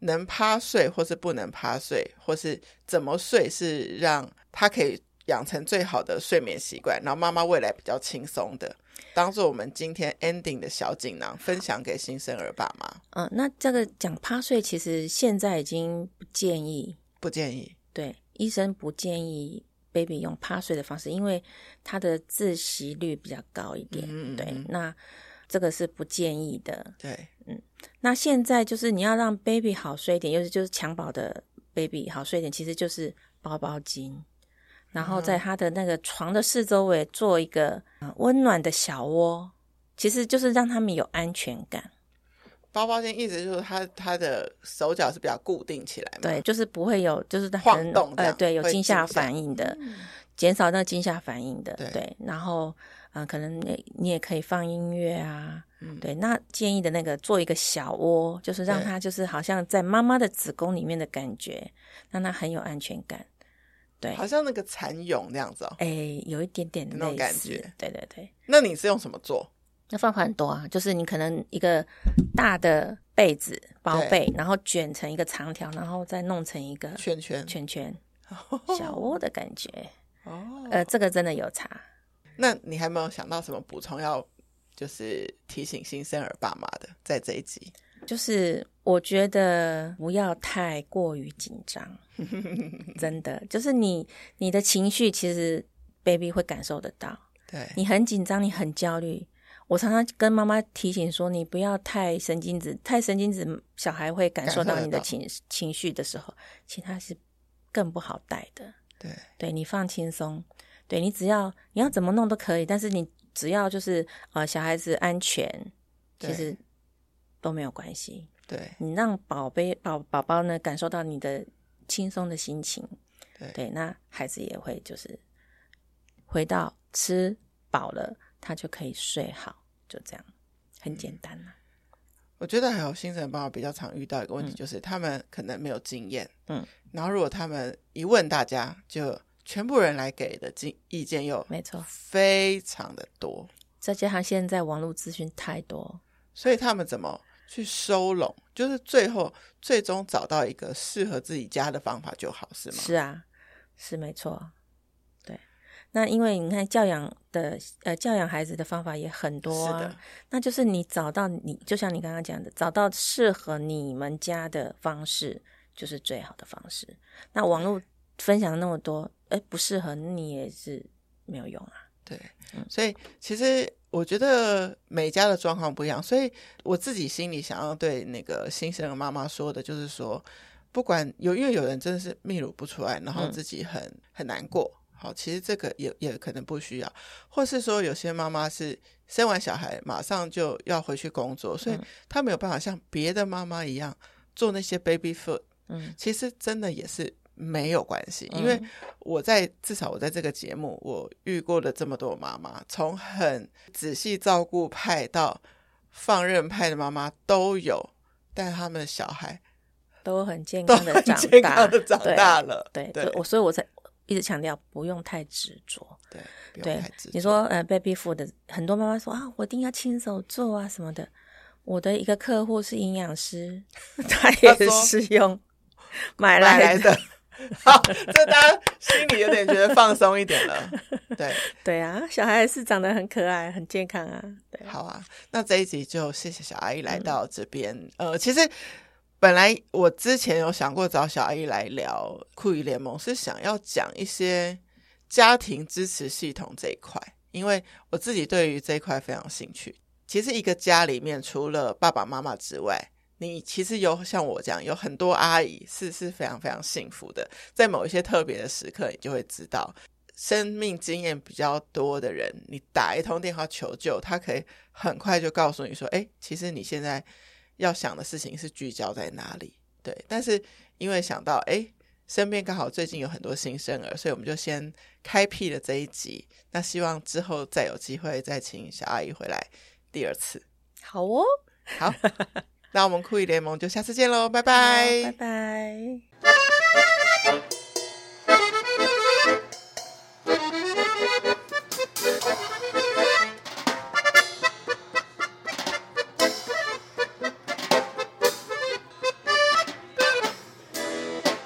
A: 能趴睡或是不能趴睡，或是怎么睡是让他可以养成最好的睡眠习惯，然后妈妈未来比较轻松的，当做我们今天 ending 的小锦囊分享给新生儿爸妈，
B: 嗯、那这个讲趴睡，其实现在已经不建议，
A: 不建议。
B: 对，医生不建议 baby 用趴睡的方式，因为它的窒息率比较高一点。
A: 嗯嗯嗯
B: 对
A: 嗯，
B: 那这个是不建议的。
A: 对
B: 那现在就是你要让 baby 好睡一点，尤其就是襁褓的 baby 好睡一点，其实就是包包巾，然
A: 啊
B: 后在他的那个床的四周围做一个呃温暖的小窝，其实就是让他们有安全感。
A: 包包间意思就是他他的手脚是比较固定起来嘛，
B: 对，就是不会有就是他
A: 晃
B: 可能
A: 动这
B: 呃，
A: 样
B: 对，有
A: 会
B: 惊吓
A: 惊吓
B: 反应的，减少那个惊吓反应的，
A: 对
B: 然后呃，可能你你也可以放音乐啊，
A: 嗯
B: 对。那建议的那个做一个小窝，就是让
A: 对
B: 他就是好像在妈妈的子宫里面的感觉，让他很有安全感。对，
A: 好像那个蚕蛹那样子哦。
B: 哎，有一点点
A: 那种
B: 类
A: 感
B: 似
A: 觉，
B: 对对对。
A: 那你是用什么做？
B: 那方法很多啊，就是你可能一个大的被子包
A: 对
B: 被，然后卷成一个长条，然后再弄成一个
A: 圈圈
B: 圈圈小窝的感觉。
A: 哦。
B: 呃，这个真的有差。
A: 那你还有没有想到什么补充要，就是提醒新生儿爸妈的，在这一集？
B: 就是我觉得不要太过于紧张， 真的，就是你你的情绪其实 baby 会感受得到，
A: 对
B: 你很紧张，你很焦虑。我常常跟妈妈提醒说，你不要太神经质，太神经质，小孩会感受到你的
A: 感
B: 情情绪的时候，其实他是更不好带的。
A: 对
B: 对你放轻松，对你只要你要怎么弄都可以，但是你只要就是呃小孩子安全，
A: 对
B: 其实都没有关系。
A: 对
B: 你让宝贝宝宝宝呢感受到你的轻松的心情，
A: 对
B: 那孩子也会就是回到吃饱了，他就可以睡好，就这样，很简单啦、
A: 我觉得还有新生儿爸妈比较常遇到一个问题，就是他们可能没有经验，
B: 嗯，
A: 然后如果他们一问大家，就全部人来给的经意见又
B: 没错，
A: 非常的多，
B: 再加上现在网络资讯太多，
A: 所以他们怎么去收拢，就是最后最终找到一个适合自己家的方法就好，是吗？
B: 是啊，是没错。对，那因为你看教养的呃教养孩子的方法也很多啊，
A: 是的
B: 那就是你找到你，就像你刚刚讲的，找到适合你们家的方式，就是最好的方式。那网络分享了那么多，哎，不适合你也是没有用啊。
A: 对，所以其实我觉得每家的状况不一样，所以我自己心里想要对那个新生儿妈妈说的，就是说，不管有，因为有人真的是泌乳不出来，然后
B: 嗯
A: 自己很、很难过。好，其实这个也也可能不需要，或是说有些妈妈是生完小孩马上就要回去工作，所以
B: 嗯
A: 她没有办法像别的妈妈一样做那些 baby food，
B: 嗯，
A: 其实真的也是没有关系，因为
B: 嗯
A: 我在至少我在这个节目，我遇过了这么多妈妈，从很仔细照顾派到放任派的妈妈都有，但他们的小孩
B: 都很健
A: 都
B: 康的
A: 很
B: 长
A: 健
B: 大
A: 康，的长大了，
B: 对
A: 对
B: 对，我所以我才一直强调不用太执着。
A: 对，不用
B: 对
A: 太执，着
B: 你说呃，baby food 的很多妈妈说啊，我一定要亲手做啊什么的。我的一个客户是营养师， 他
A: 他
B: 也
A: 说
B: 是 用买
A: 买
B: 来
A: 来
B: 的，
A: 的。 好，这大家心里有点觉得放松一点了，对，
B: 对啊，小孩是长得很可爱，很健康啊，对，
A: 好啊，那这一集就谢谢小阿姨来到这边。呃，其实本来我之前有想过找小阿姨来聊酷鱼联盟，是想要讲一些家庭支持系统这一块，因为我自己对于这一块非常有兴趣。其实一个家里面除了爸爸妈妈之外，你其实有像我这样有很多阿姨是是非常非常幸福的，在某一些特别的时刻，你就会知道生命经验比较多的人，你打一通电话求救，他可以很快就告诉你说：“哎、其实你现在要想的事情是聚焦在哪里。”对，但是因为想到哎、诶身边刚好最近有很多新生儿，所以我们就先开辟了这一集。那希望之后再有机会再请小阿姨回来第二次。
B: 好哦，
A: 好，那我们酷艺联盟就下次见喽，拜
B: 好
A: 拜。
B: 拜拜。